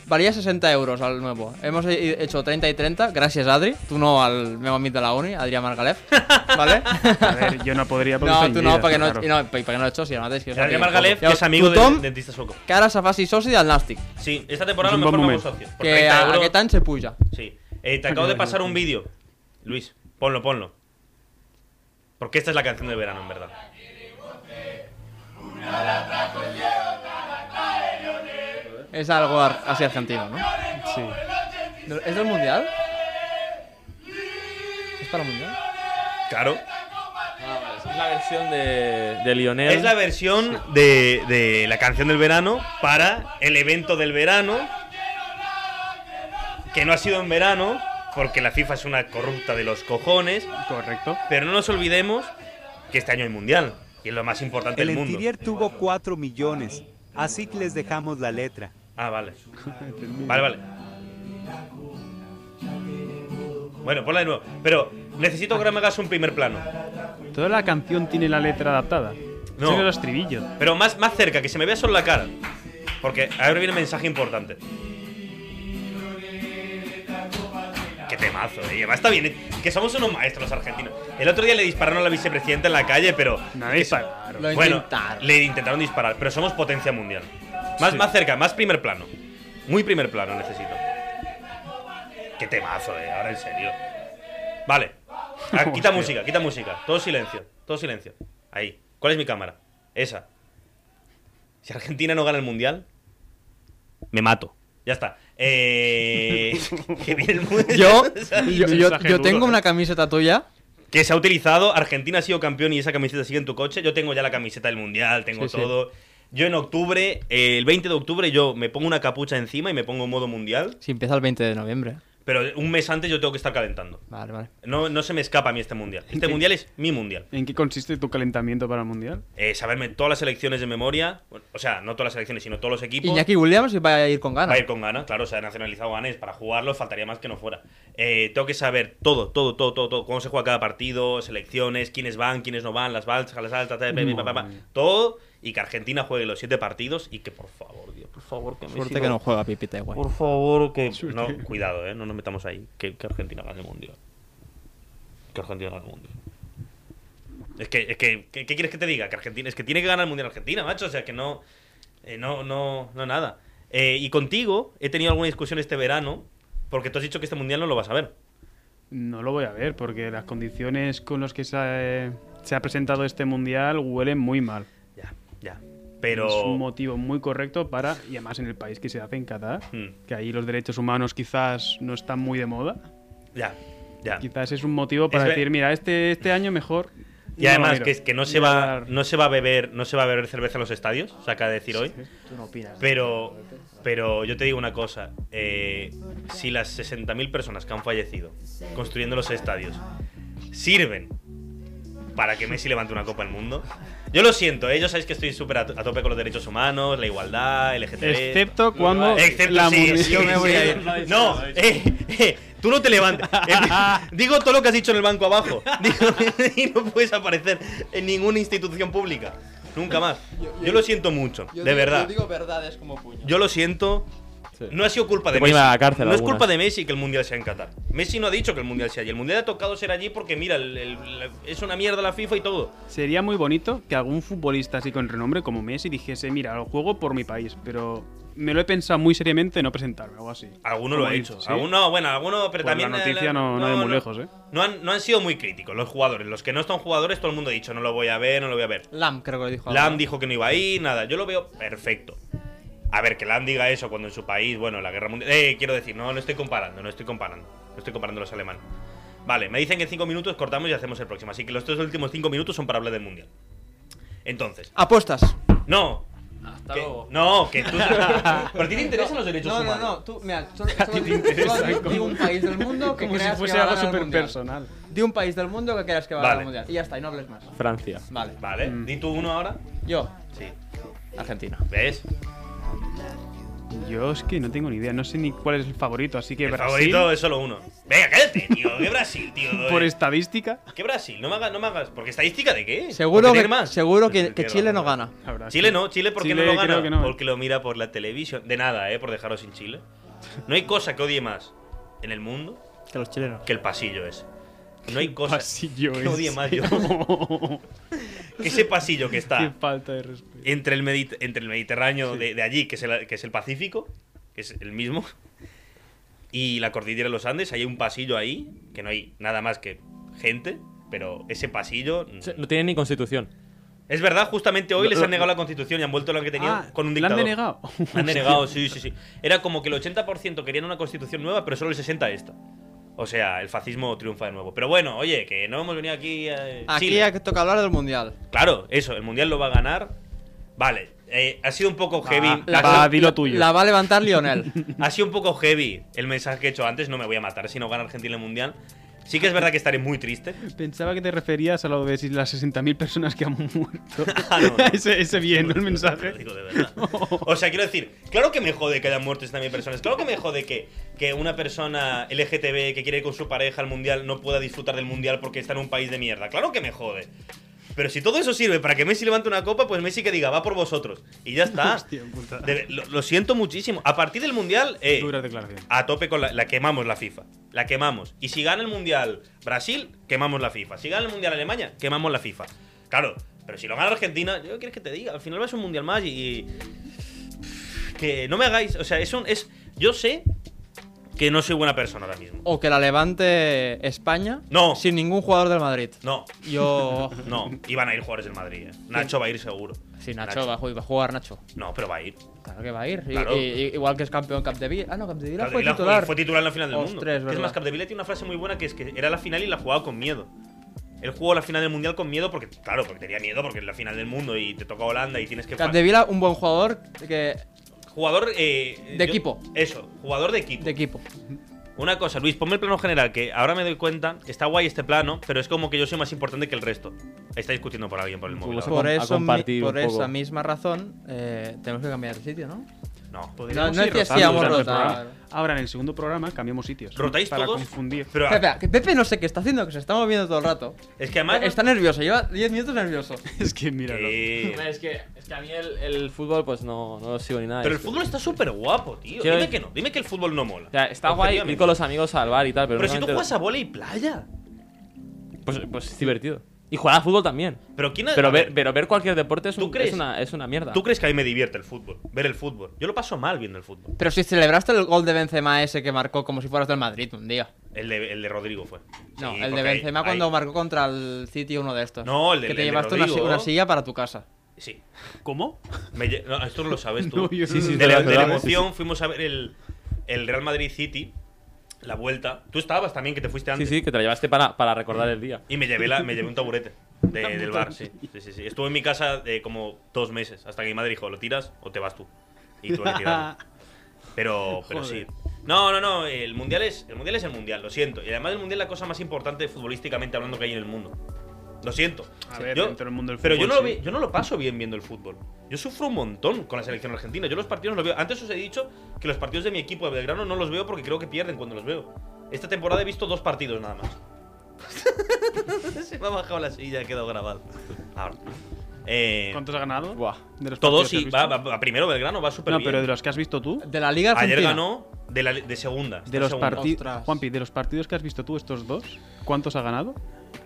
Speaker 3: valía 60 euros al nuevo. Hemos he- hecho 30 y 30, gracias Adri. Tú no al mejor amigo de la uni, Adrián Margalef. ¿Vale?
Speaker 4: A ver, yo no podría porque
Speaker 3: no,
Speaker 4: estoy
Speaker 3: tú
Speaker 4: en
Speaker 3: no,
Speaker 4: vida,
Speaker 3: para que no,
Speaker 4: claro.
Speaker 3: y no, pa- para que no lo he hecho, si además es que...
Speaker 2: Adrián Margalef, que es amigo del dentista sueco.
Speaker 3: Que ara se faci soci del Nàstic.
Speaker 2: Sí, esta temporada a
Speaker 4: Es
Speaker 2: lo
Speaker 4: un
Speaker 2: mejor
Speaker 4: buen
Speaker 2: me hago
Speaker 4: momento.
Speaker 2: socio. Por
Speaker 3: Que
Speaker 2: 30
Speaker 3: a,
Speaker 2: euros.
Speaker 3: aquest any se puja.
Speaker 2: Sí. Eh, te acabo de pasar un vídeo. Luis, ponlo, ponlo. Porque esta es la canción de verano, en verdad.
Speaker 3: Es algo ar- así argentino, ¿no?
Speaker 4: Sí.
Speaker 3: No, ¿Es del mundial? ¿Es para el mundial?
Speaker 2: Claro.
Speaker 5: Es la versión de, de Lionel.
Speaker 2: Es la versión de, de la canción del verano para el evento del verano, que no ha sido en verano, porque la FIFA es una corrupta de los cojones,
Speaker 4: Correcto.
Speaker 2: pero no nos olvidemos que este año hay mundial, y es lo más importante
Speaker 6: El
Speaker 2: del mundo.
Speaker 6: Entirier tuvo 4 millones, así que les dejamos la letra.
Speaker 2: Ah, vale. Vale, vale. Bueno, ponla de nuevo. Pero necesito que ahora me hagas un primer plano.
Speaker 4: Toda la canción tiene la letra adaptada.
Speaker 2: No.
Speaker 4: Tiene el estribillo.
Speaker 2: Pero más, más cerca, que se me vea solo la cara. Porque ahora viene un mensaje importante. Qué temazo, eh. Lleva, está bien. eh. Que somos unos maestros los argentinos. El otro día le dispararon a la vicepresidenta en la calle, pero.
Speaker 4: No,
Speaker 2: que
Speaker 4: es
Speaker 2: so-
Speaker 4: raro.
Speaker 3: Lo
Speaker 2: Bueno,
Speaker 3: intentaron.
Speaker 2: le intentaron disparar, pero somos potencia mundial. Más, más cerca, más primer plano. Muy primer plano necesito. Qué temazo, eh. Ahora en serio. Vale. Ah, quita música, quita música. Todo silencio, todo silencio. Ahí. ¿Cuál es mi cámara? Esa. Si Argentina no gana el mundial, me mato. Ya está. Eh, que viene el mundial.
Speaker 3: Yo,
Speaker 2: O sea,
Speaker 3: yo, yo-
Speaker 4: Mensaje
Speaker 3: yo
Speaker 4: duro,
Speaker 3: tengo
Speaker 4: ¿eh?
Speaker 3: una camiseta tuya.
Speaker 2: que se ha utilizado. Argentina ha sido campeón y esa camiseta sigue en tu coche. Yo tengo ya la camiseta del mundial, tengo
Speaker 3: Sí, sí.
Speaker 2: todo. Yo en octubre, eh, el 20 de octubre, yo me pongo una capucha encima y me pongo en modo mundial.
Speaker 3: Si empieza el 20 de noviembre.
Speaker 2: Pero un mes antes yo tengo que estar calentando.
Speaker 3: Vale, vale.
Speaker 2: No, no se me escapa a mí este mundial. Este
Speaker 4: Entiendo.
Speaker 2: mundial es mi mundial.
Speaker 4: ¿En qué consiste tu calentamiento para el mundial?
Speaker 2: Eh, saberme todas las elecciones de memoria. Bueno, o sea, no todas las elecciones, sino todos los equipos.
Speaker 3: Iñaki Williams va a ir con
Speaker 2: Va
Speaker 3: ganas.
Speaker 2: a ir con ganas, claro, o sea, nacionalizado ganés para jugarlo, faltaría más que no fuera. Eh, tengo que saber todo, todo, todo, todo, todo, cómo se juega cada partido, selecciones, quiénes van, quiénes no van, las balsas, las altas, ta, ta, ta, pa, pa, pa,
Speaker 4: Madre mía.
Speaker 2: todo, y que Argentina juegue los siete partidos y que por favor, Dios, por favor, que me
Speaker 3: Suerte que no juega Pipita igual.
Speaker 2: Por favor, que no, cuidado, eh, no nos metamos ahí, que, que Argentina gane el mundial. Que Argentina gane el mundial. Es que, es que, ¿qué, qué quieres que te diga? Que Argentina, es que tiene que ganar el Mundial Argentina, macho. O sea, que no, eh, no, no, no nada. Eh, y contigo he tenido alguna discusión este verano porque tú has dicho que este Mundial no lo vas a ver.
Speaker 4: No lo voy a ver porque las condiciones con las que se ha, se ha presentado este mundial huelen muy mal.
Speaker 2: Ya, ya. Pero.
Speaker 4: Es un motivo muy correcto para, y además en el país que se hace, en Qatar,
Speaker 2: Hmm.
Speaker 4: que ahí los derechos humanos quizás no están muy de moda,
Speaker 2: Ya, ya.
Speaker 4: quizás es un motivo para
Speaker 2: Es ver-
Speaker 4: decir, mira, este, este año mejor.
Speaker 2: Y
Speaker 4: no lo
Speaker 2: además
Speaker 4: miro".
Speaker 2: que, es que no se
Speaker 4: Ya
Speaker 2: va,
Speaker 4: dar-
Speaker 2: no se va a beber, no se va a beber cerveza en los estadios, se acaba de decir hoy.
Speaker 7: Tú no opinas.
Speaker 2: Pero, pero yo te digo una cosa, eh, si las 60.000 personas que han fallecido construyendo los estadios sirven para que Messi levante una copa al mundo, yo lo siento, ellos sabéis que estoy súper a, to- a tope con los derechos humanos, la igualdad, el
Speaker 4: Excepto cuando
Speaker 2: Excepto,
Speaker 4: la
Speaker 2: sí,
Speaker 4: mujer-
Speaker 2: sí, sí. No, eh, eh, tú no te levantes. Eh, digo todo lo que has dicho en el banco abajo. Digo, y no puedes aparecer en ninguna institución pública. Nunca más. Yo lo siento mucho,
Speaker 3: Yo
Speaker 2: de
Speaker 3: digo-
Speaker 2: verdad.
Speaker 3: Yo digo verdades como puño.
Speaker 2: Yo lo siento. No ha sido culpa
Speaker 5: Te
Speaker 2: de
Speaker 5: pueden
Speaker 2: Messi.
Speaker 5: llevar a la cárcel
Speaker 2: no es
Speaker 5: algunas.
Speaker 2: culpa de Messi que el mundial sea en Qatar. Messi no ha dicho que el mundial sea allí. El mundial ha tocado ser allí porque, mira, el- el- la- es una mierda la FIFA y todo.
Speaker 4: Sería muy bonito que algún futbolista así con renombre como Messi dijese, mira, lo juego por mi país, pero me lo he pensado muy seriamente no presentarme, algo así.
Speaker 2: Alguno
Speaker 4: Como
Speaker 2: lo ha
Speaker 4: he
Speaker 2: hecho.
Speaker 4: dicho, ¿sí?
Speaker 2: Alguno, bueno, alguno, pero
Speaker 4: Pues
Speaker 2: también.
Speaker 4: la
Speaker 2: eh,
Speaker 4: noticia no- no de muy lejos, ¿eh?
Speaker 2: No han, no han sido muy críticos los jugadores. Los que no están jugadores, todo el mundo ha dicho, no lo voy a ver, no lo voy a ver.
Speaker 3: Lam, creo que lo dijo.
Speaker 2: Lam dijo que no iba a ir, nada. Yo lo veo perfecto. A ver, que Lam diga eso cuando en su país, bueno, la guerra mundial. Eh, quiero decir, no, no estoy comparando, no estoy comparando. No estoy comparando a los alemanes. Vale, me dicen que en 5 minutos cortamos y hacemos el próximo. Así que los tres últimos 5 minutos son para hablar del mundial. Entonces,
Speaker 3: Apuestas.
Speaker 2: no.
Speaker 5: Hasta
Speaker 2: que-
Speaker 5: luego.
Speaker 2: no, que tú. Pero tiene interés en los derechos
Speaker 3: No, no,
Speaker 2: humanos.
Speaker 3: no. Tú, mira, solo, solo
Speaker 4: te
Speaker 3: digo-
Speaker 4: interesa,
Speaker 3: solo digo
Speaker 4: como-
Speaker 3: un país del mundo que
Speaker 4: Como si
Speaker 3: creas que
Speaker 4: fuese
Speaker 3: va a
Speaker 4: algo
Speaker 3: ganar el
Speaker 4: súper
Speaker 3: mundial.
Speaker 4: personal.
Speaker 3: Di un país del mundo que creas que va a ganar
Speaker 2: Vale.
Speaker 3: el mundial. Y ya está, y no hables más.
Speaker 5: Francia.
Speaker 3: Vale.
Speaker 2: Vale, di tú uno ahora.
Speaker 3: Yo,
Speaker 2: Sí.
Speaker 3: Argentina.
Speaker 2: ¿Ves?
Speaker 4: Yo es que no tengo ni idea, no sé ni cuál es el favorito, así que
Speaker 2: El
Speaker 4: Brasil,
Speaker 2: favorito es solo uno. Venga, cállate, tío. ¿Qué Brasil, tío?
Speaker 4: por estadística,
Speaker 2: ¿Qué Brasil? No me hagas, no me hagas. ¿Porque estadística de qué?
Speaker 3: Seguro
Speaker 2: ¿Por
Speaker 3: que,
Speaker 2: tener más?
Speaker 3: seguro que,
Speaker 2: Tienes
Speaker 3: que Chile no
Speaker 2: razón.
Speaker 3: gana.
Speaker 4: habrá
Speaker 2: Chile no, Chile porque no
Speaker 4: Chile
Speaker 2: lo gana,
Speaker 4: creo que no.
Speaker 2: porque lo mira por la televisión. De nada, eh, por dejaros sin Chile. No hay cosa que odie más en el mundo
Speaker 3: Que los chilenos.
Speaker 2: que el pasillo ese. No hay cosa
Speaker 4: pasillo
Speaker 2: que odie
Speaker 4: ese.
Speaker 2: más yo que ese pasillo que
Speaker 4: Qué
Speaker 2: está
Speaker 4: falta de respeto.
Speaker 2: entre el, Medit- entre el Mediterráneo de, de allí, que es, el, que es el Pacífico, que es el mismo, y la cordillera de los Andes, ahí hay un pasillo ahí, que no hay nada más que gente, pero ese pasillo... mm,
Speaker 5: Se- No tiene ni constitución.
Speaker 2: Es verdad, justamente hoy
Speaker 4: Lo-
Speaker 2: les han
Speaker 4: lo-
Speaker 2: negado la constitución y han vuelto a la que tenían
Speaker 4: Ah,
Speaker 2: con un
Speaker 4: ¿la han
Speaker 2: dictador.
Speaker 4: denegado?
Speaker 2: La han denegado, sí, sí, sí. Era como que el 80% querían una constitución nueva, pero solo el 60% esta. O sea, el fascismo triunfa de nuevo. Pero bueno, oye, que no hemos venido aquí a eh,
Speaker 3: Aquí
Speaker 2: Chile.
Speaker 3: hay que toca hablar del mundial.
Speaker 2: Claro, eso, el Mundial lo va a ganar. Vale, eh, ha sido un poco heavy.
Speaker 4: la-
Speaker 2: ha,
Speaker 4: va, di lo tuyo.
Speaker 3: La va a levantar Lionel.
Speaker 2: ha sido un poco heavy el mensaje que he hecho antes, no me voy a matar si no gana Argentina el Mundial. Sí que es verdad que estaré muy triste.
Speaker 4: Pensaba que te referías a lo de si las 60.000 personas que han muerto.
Speaker 2: Ah, no, no.
Speaker 4: ese, ese bien, ¿no? el
Speaker 2: Lo
Speaker 4: mensaje.
Speaker 2: digo de verdad. O sea, quiero decir, claro que me jode que hayan muerto también personas. Claro que me jode que, que una persona LGTB que quiere ir con su pareja al mundial no pueda disfrutar del mundial porque está en un país de mierda. Claro que me jode. Pero si todo eso sirve para que Messi levante una copa, pues Messi que diga, va por vosotros. Y ya está.
Speaker 4: Hostia puta.
Speaker 2: De- lo, lo siento muchísimo. A partir del mundial, eh,
Speaker 4: Duras declaraciones.
Speaker 2: a tope con la, la quemamos la FIFA. La quemamos. Y si gana el Mundial Brasil, quemamos la FIFA. Si gana el Mundial Alemania, quemamos la FIFA. Claro, pero si lo gana Argentina, yo quieres que te diga, al final va a ser un Mundial más y, y- que no me hagáis, o sea, es un es yo sé que no soy buena persona ahora mismo.
Speaker 3: O que la levante España.
Speaker 2: No.
Speaker 3: Sin ningún jugador del Madrid.
Speaker 2: No,
Speaker 3: Yo.
Speaker 2: no, iban a ir jugadores del Madrid. eh. Nacho va a ir seguro.
Speaker 3: Sí, Nacho, Va, a ju- va a jugar Nacho.
Speaker 2: No, pero va a ir.
Speaker 3: Claro que va a ir. Y-
Speaker 2: Claro.
Speaker 3: y- y- igual que es campeón Capdevila. Ah, no, Capdevila fue
Speaker 2: Capdevila
Speaker 3: titular.
Speaker 2: fue titular en la final del
Speaker 3: Ostras,
Speaker 2: mundo. Que Es
Speaker 3: verdad.
Speaker 2: más, Capdevila tiene una frase muy buena que es que era la final y la jugaba con miedo. Él jugó la final del mundial con miedo porque, claro, porque tenía miedo porque es la final del mundo y te toca Holanda y tienes que.
Speaker 3: Capdevila, un buen jugador que,
Speaker 2: Jugador. eh,
Speaker 3: De equipo.
Speaker 2: Eso, jugador de equipo.
Speaker 3: de equipo.
Speaker 2: Una cosa, Luis, ponme el plano general que ahora me doy cuenta, está guay este plano, pero es como que yo soy más importante que el resto. Está discutiendo por alguien por el móvil.
Speaker 5: Pues
Speaker 2: ahora.
Speaker 3: Por,
Speaker 5: a
Speaker 3: eso, mi-
Speaker 5: compartir
Speaker 3: por
Speaker 5: un poco.
Speaker 3: esa misma razón, eh, tenemos que cambiar de sitio, ¿no?
Speaker 2: No.
Speaker 4: Podríamos
Speaker 3: no
Speaker 4: ir
Speaker 3: decías
Speaker 4: rotando
Speaker 3: si vamos
Speaker 4: durante el
Speaker 3: rotar.
Speaker 4: programa. Ahora en el segundo programa cambiamos sitios.
Speaker 2: ¿Rotáis
Speaker 4: Para
Speaker 2: todos?
Speaker 4: confundir.
Speaker 2: Pero,
Speaker 3: Espera, espera, que Pepe no sé qué está haciendo, que se está moviendo todo el rato.
Speaker 2: es que además.
Speaker 3: Está nervioso, lleva 10 minutos nervioso.
Speaker 4: Es que míralo.
Speaker 2: Eh,
Speaker 5: Hombre, Es que, es que a mí el, el fútbol pues no, no lo sigo ni nada.
Speaker 2: Pero el
Speaker 5: Es-
Speaker 2: fútbol está súper guapo, tío.
Speaker 5: Quiero-
Speaker 2: Dime que no, dime que el fútbol no mola.
Speaker 5: o sea, está guay ir
Speaker 2: Objetivamente.
Speaker 5: con los amigos al bar y tal, pero,
Speaker 2: Pero si tú
Speaker 5: realmente-
Speaker 2: juegas a bola y playa.
Speaker 5: pues, pues es divertido. Y jugar al fútbol también.
Speaker 2: Pero quién ha- a
Speaker 5: Pero
Speaker 2: ver,
Speaker 5: ver, pero ver cualquier deporte es,
Speaker 2: ¿Tú
Speaker 5: un-
Speaker 2: crees?
Speaker 5: es una, es una mierda.
Speaker 2: ¿Tú crees que a mí me divierte el fútbol? Ver el fútbol. Yo lo paso mal viendo el fútbol.
Speaker 3: Pero si celebraste el gol de Benzema ese que marcó como si fueras del Madrid un día.
Speaker 2: El de, el de Rodrigo fue.
Speaker 3: No,
Speaker 2: Sí,
Speaker 3: el
Speaker 2: porque
Speaker 3: de
Speaker 2: ahí-
Speaker 3: Benzema
Speaker 2: ahí-
Speaker 3: cuando marcó contra el City uno de estos.
Speaker 2: No, el de-
Speaker 3: Que te
Speaker 2: el de
Speaker 3: llevaste una, si-
Speaker 2: Rodrigo.
Speaker 3: una silla para tu casa.
Speaker 2: Sí.
Speaker 4: ¿Cómo?
Speaker 2: Me lle- no, esto no lo sabes tú.
Speaker 4: No, yo Sí, no sí, lo
Speaker 2: de,
Speaker 4: sé.
Speaker 2: la,
Speaker 4: es
Speaker 2: de la
Speaker 4: verdad,
Speaker 2: emoción fuimos a ver el, el Real Madrid City, la vuelta. Tú estabas también, que te fuiste
Speaker 5: Sí,
Speaker 2: antes.
Speaker 5: sí, que te la llevaste para, para recordar el día.
Speaker 2: Y me llevé, la, me llevé un taburete de- del bar, sí. Sí, sí, sí. Estuve en mi casa de como dos meses, hasta que mi madre dijo, ¿lo tiras o te vas tú? Y tuve que tirarlo. Pero, pero sí.
Speaker 4: Joder.
Speaker 2: No, no, no, el mundial, es, el mundial es el mundial, lo siento. Y además el mundial es la cosa más importante futbolísticamente hablando que hay en el mundo. Lo siento.
Speaker 4: A ver, dentro del mundo del
Speaker 2: pero yo
Speaker 4: fútbol,
Speaker 2: no, lo
Speaker 4: sí.
Speaker 2: vi- yo no lo paso bien viendo el fútbol. Yo sufro un montón con la selección argentina. Yo los partidos no los veo. Antes os he dicho que los partidos de mi equipo de Belgrano no los veo porque creo que pierden cuando los veo. Esta temporada he visto dos partidos nada más. Se me ha bajado la silla, ha quedado grabado. Ahora. Eh,
Speaker 4: ¿Cuántos has ganado?
Speaker 5: Buah.
Speaker 4: De los
Speaker 2: todos
Speaker 4: partidos que has
Speaker 2: y
Speaker 4: visto.
Speaker 2: va, va- va primero Belgrano, va súper
Speaker 4: No,
Speaker 2: bien.
Speaker 4: pero de los que has visto tú,
Speaker 3: De la Liga Argentina.
Speaker 2: Ayer ganó de, la, de segunda. está
Speaker 4: de los
Speaker 2: segunda.
Speaker 4: partidos.
Speaker 3: Ostras.
Speaker 4: Juanpi, de los partidos que has visto tú, estos dos, ¿cuántos ha ganado?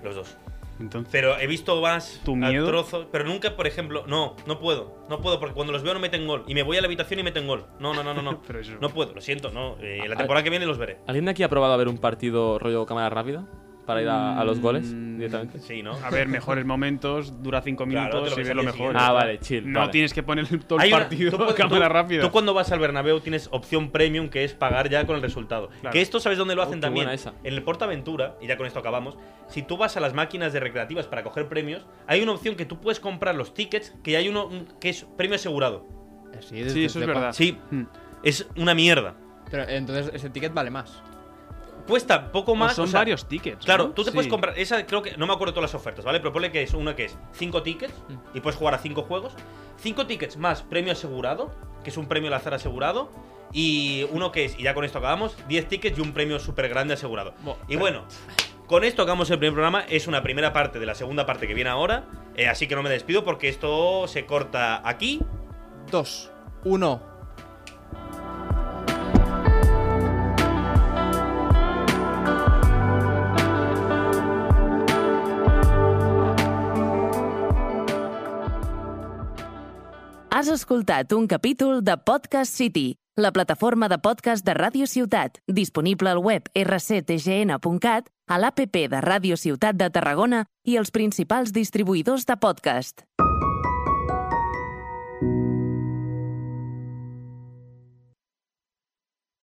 Speaker 2: Los dos.
Speaker 4: Entonces.
Speaker 2: Pero he visto más
Speaker 4: ¿Tu
Speaker 2: a
Speaker 4: miedo?
Speaker 2: trozos, pero nunca, por ejemplo, no, no puedo, no puedo, porque cuando los veo no meten gol y me voy a la habitación y meten gol. No, no, no, no, no,
Speaker 4: Pero Ah, eso-
Speaker 2: no puedo, lo siento, no. Eh, la
Speaker 5: A-
Speaker 2: temporada que viene los veré.
Speaker 5: ¿Alguien de aquí ha probado a ver un partido rollo cámara rápida? Para ir a, a los goles
Speaker 4: Mm,
Speaker 5: directamente.
Speaker 2: Sí, ¿no?
Speaker 4: A ver, mejores momentos, dura cinco
Speaker 2: Claro, te lo
Speaker 4: minutos y
Speaker 2: ves
Speaker 4: ves
Speaker 2: al
Speaker 4: lo
Speaker 2: día
Speaker 4: mejor.
Speaker 2: siguiente.
Speaker 5: Ah, vale, chill.
Speaker 4: No
Speaker 5: vale.
Speaker 4: tienes que poner el- todo el
Speaker 2: Hay una-
Speaker 4: partido
Speaker 2: tú puedes-
Speaker 4: a cámara
Speaker 2: tú-
Speaker 4: rápida. Pues
Speaker 2: Tú cuando vas al Bernabéu tienes opción premium que es pagar ya con el resultado.
Speaker 4: Claro.
Speaker 2: Que esto sabes dónde
Speaker 4: Uh,
Speaker 2: lo
Speaker 5: Oh,
Speaker 2: hacen
Speaker 5: qué
Speaker 2: también.
Speaker 5: buena esa.
Speaker 2: En el Portaventura, y ya con esto acabamos, si tú vas a las máquinas de recreativas para coger premios, hay una opción que tú puedes comprar los tickets, que hay uno un- que es premio asegurado.
Speaker 3: Eh, Sí, desde-
Speaker 4: Sí, eso es
Speaker 3: desde
Speaker 4: verdad.
Speaker 2: Sí,
Speaker 4: Hmm.
Speaker 2: es una mierda.
Speaker 3: cuando- Pero entonces ese ticket vale más.
Speaker 2: Cuesta poco más.
Speaker 4: O son
Speaker 2: o sea,
Speaker 4: varios tickets.
Speaker 2: Claro,
Speaker 4: ¿no?
Speaker 2: tú te
Speaker 4: Sí.
Speaker 2: puedes comprar, esa creo que, no me acuerdo todas las ofertas, ¿vale? Propone que es una que es 5 tickets
Speaker 4: Mm.
Speaker 2: y puedes jugar a 5 juegos. 5 tickets más premio asegurado, que es un premio al azar asegurado. Y uno que es, y ya con esto acabamos, 10 tickets y un premio súper grande asegurado.
Speaker 3: Bo-
Speaker 2: y bueno, con esto acabamos el primer programa, es una primera parte de la segunda parte que viene ahora. eh, así que no me despido porque esto se corta aquí.
Speaker 3: Dos, uno.
Speaker 1: Has escoltat un capítol de Podcast City, la plataforma de podcast de Ràdio Ciutat, disponible al web rctgn.cat, a l'APP de Ràdio Ciutat de Tarragona i els principals distribuïdors de podcast.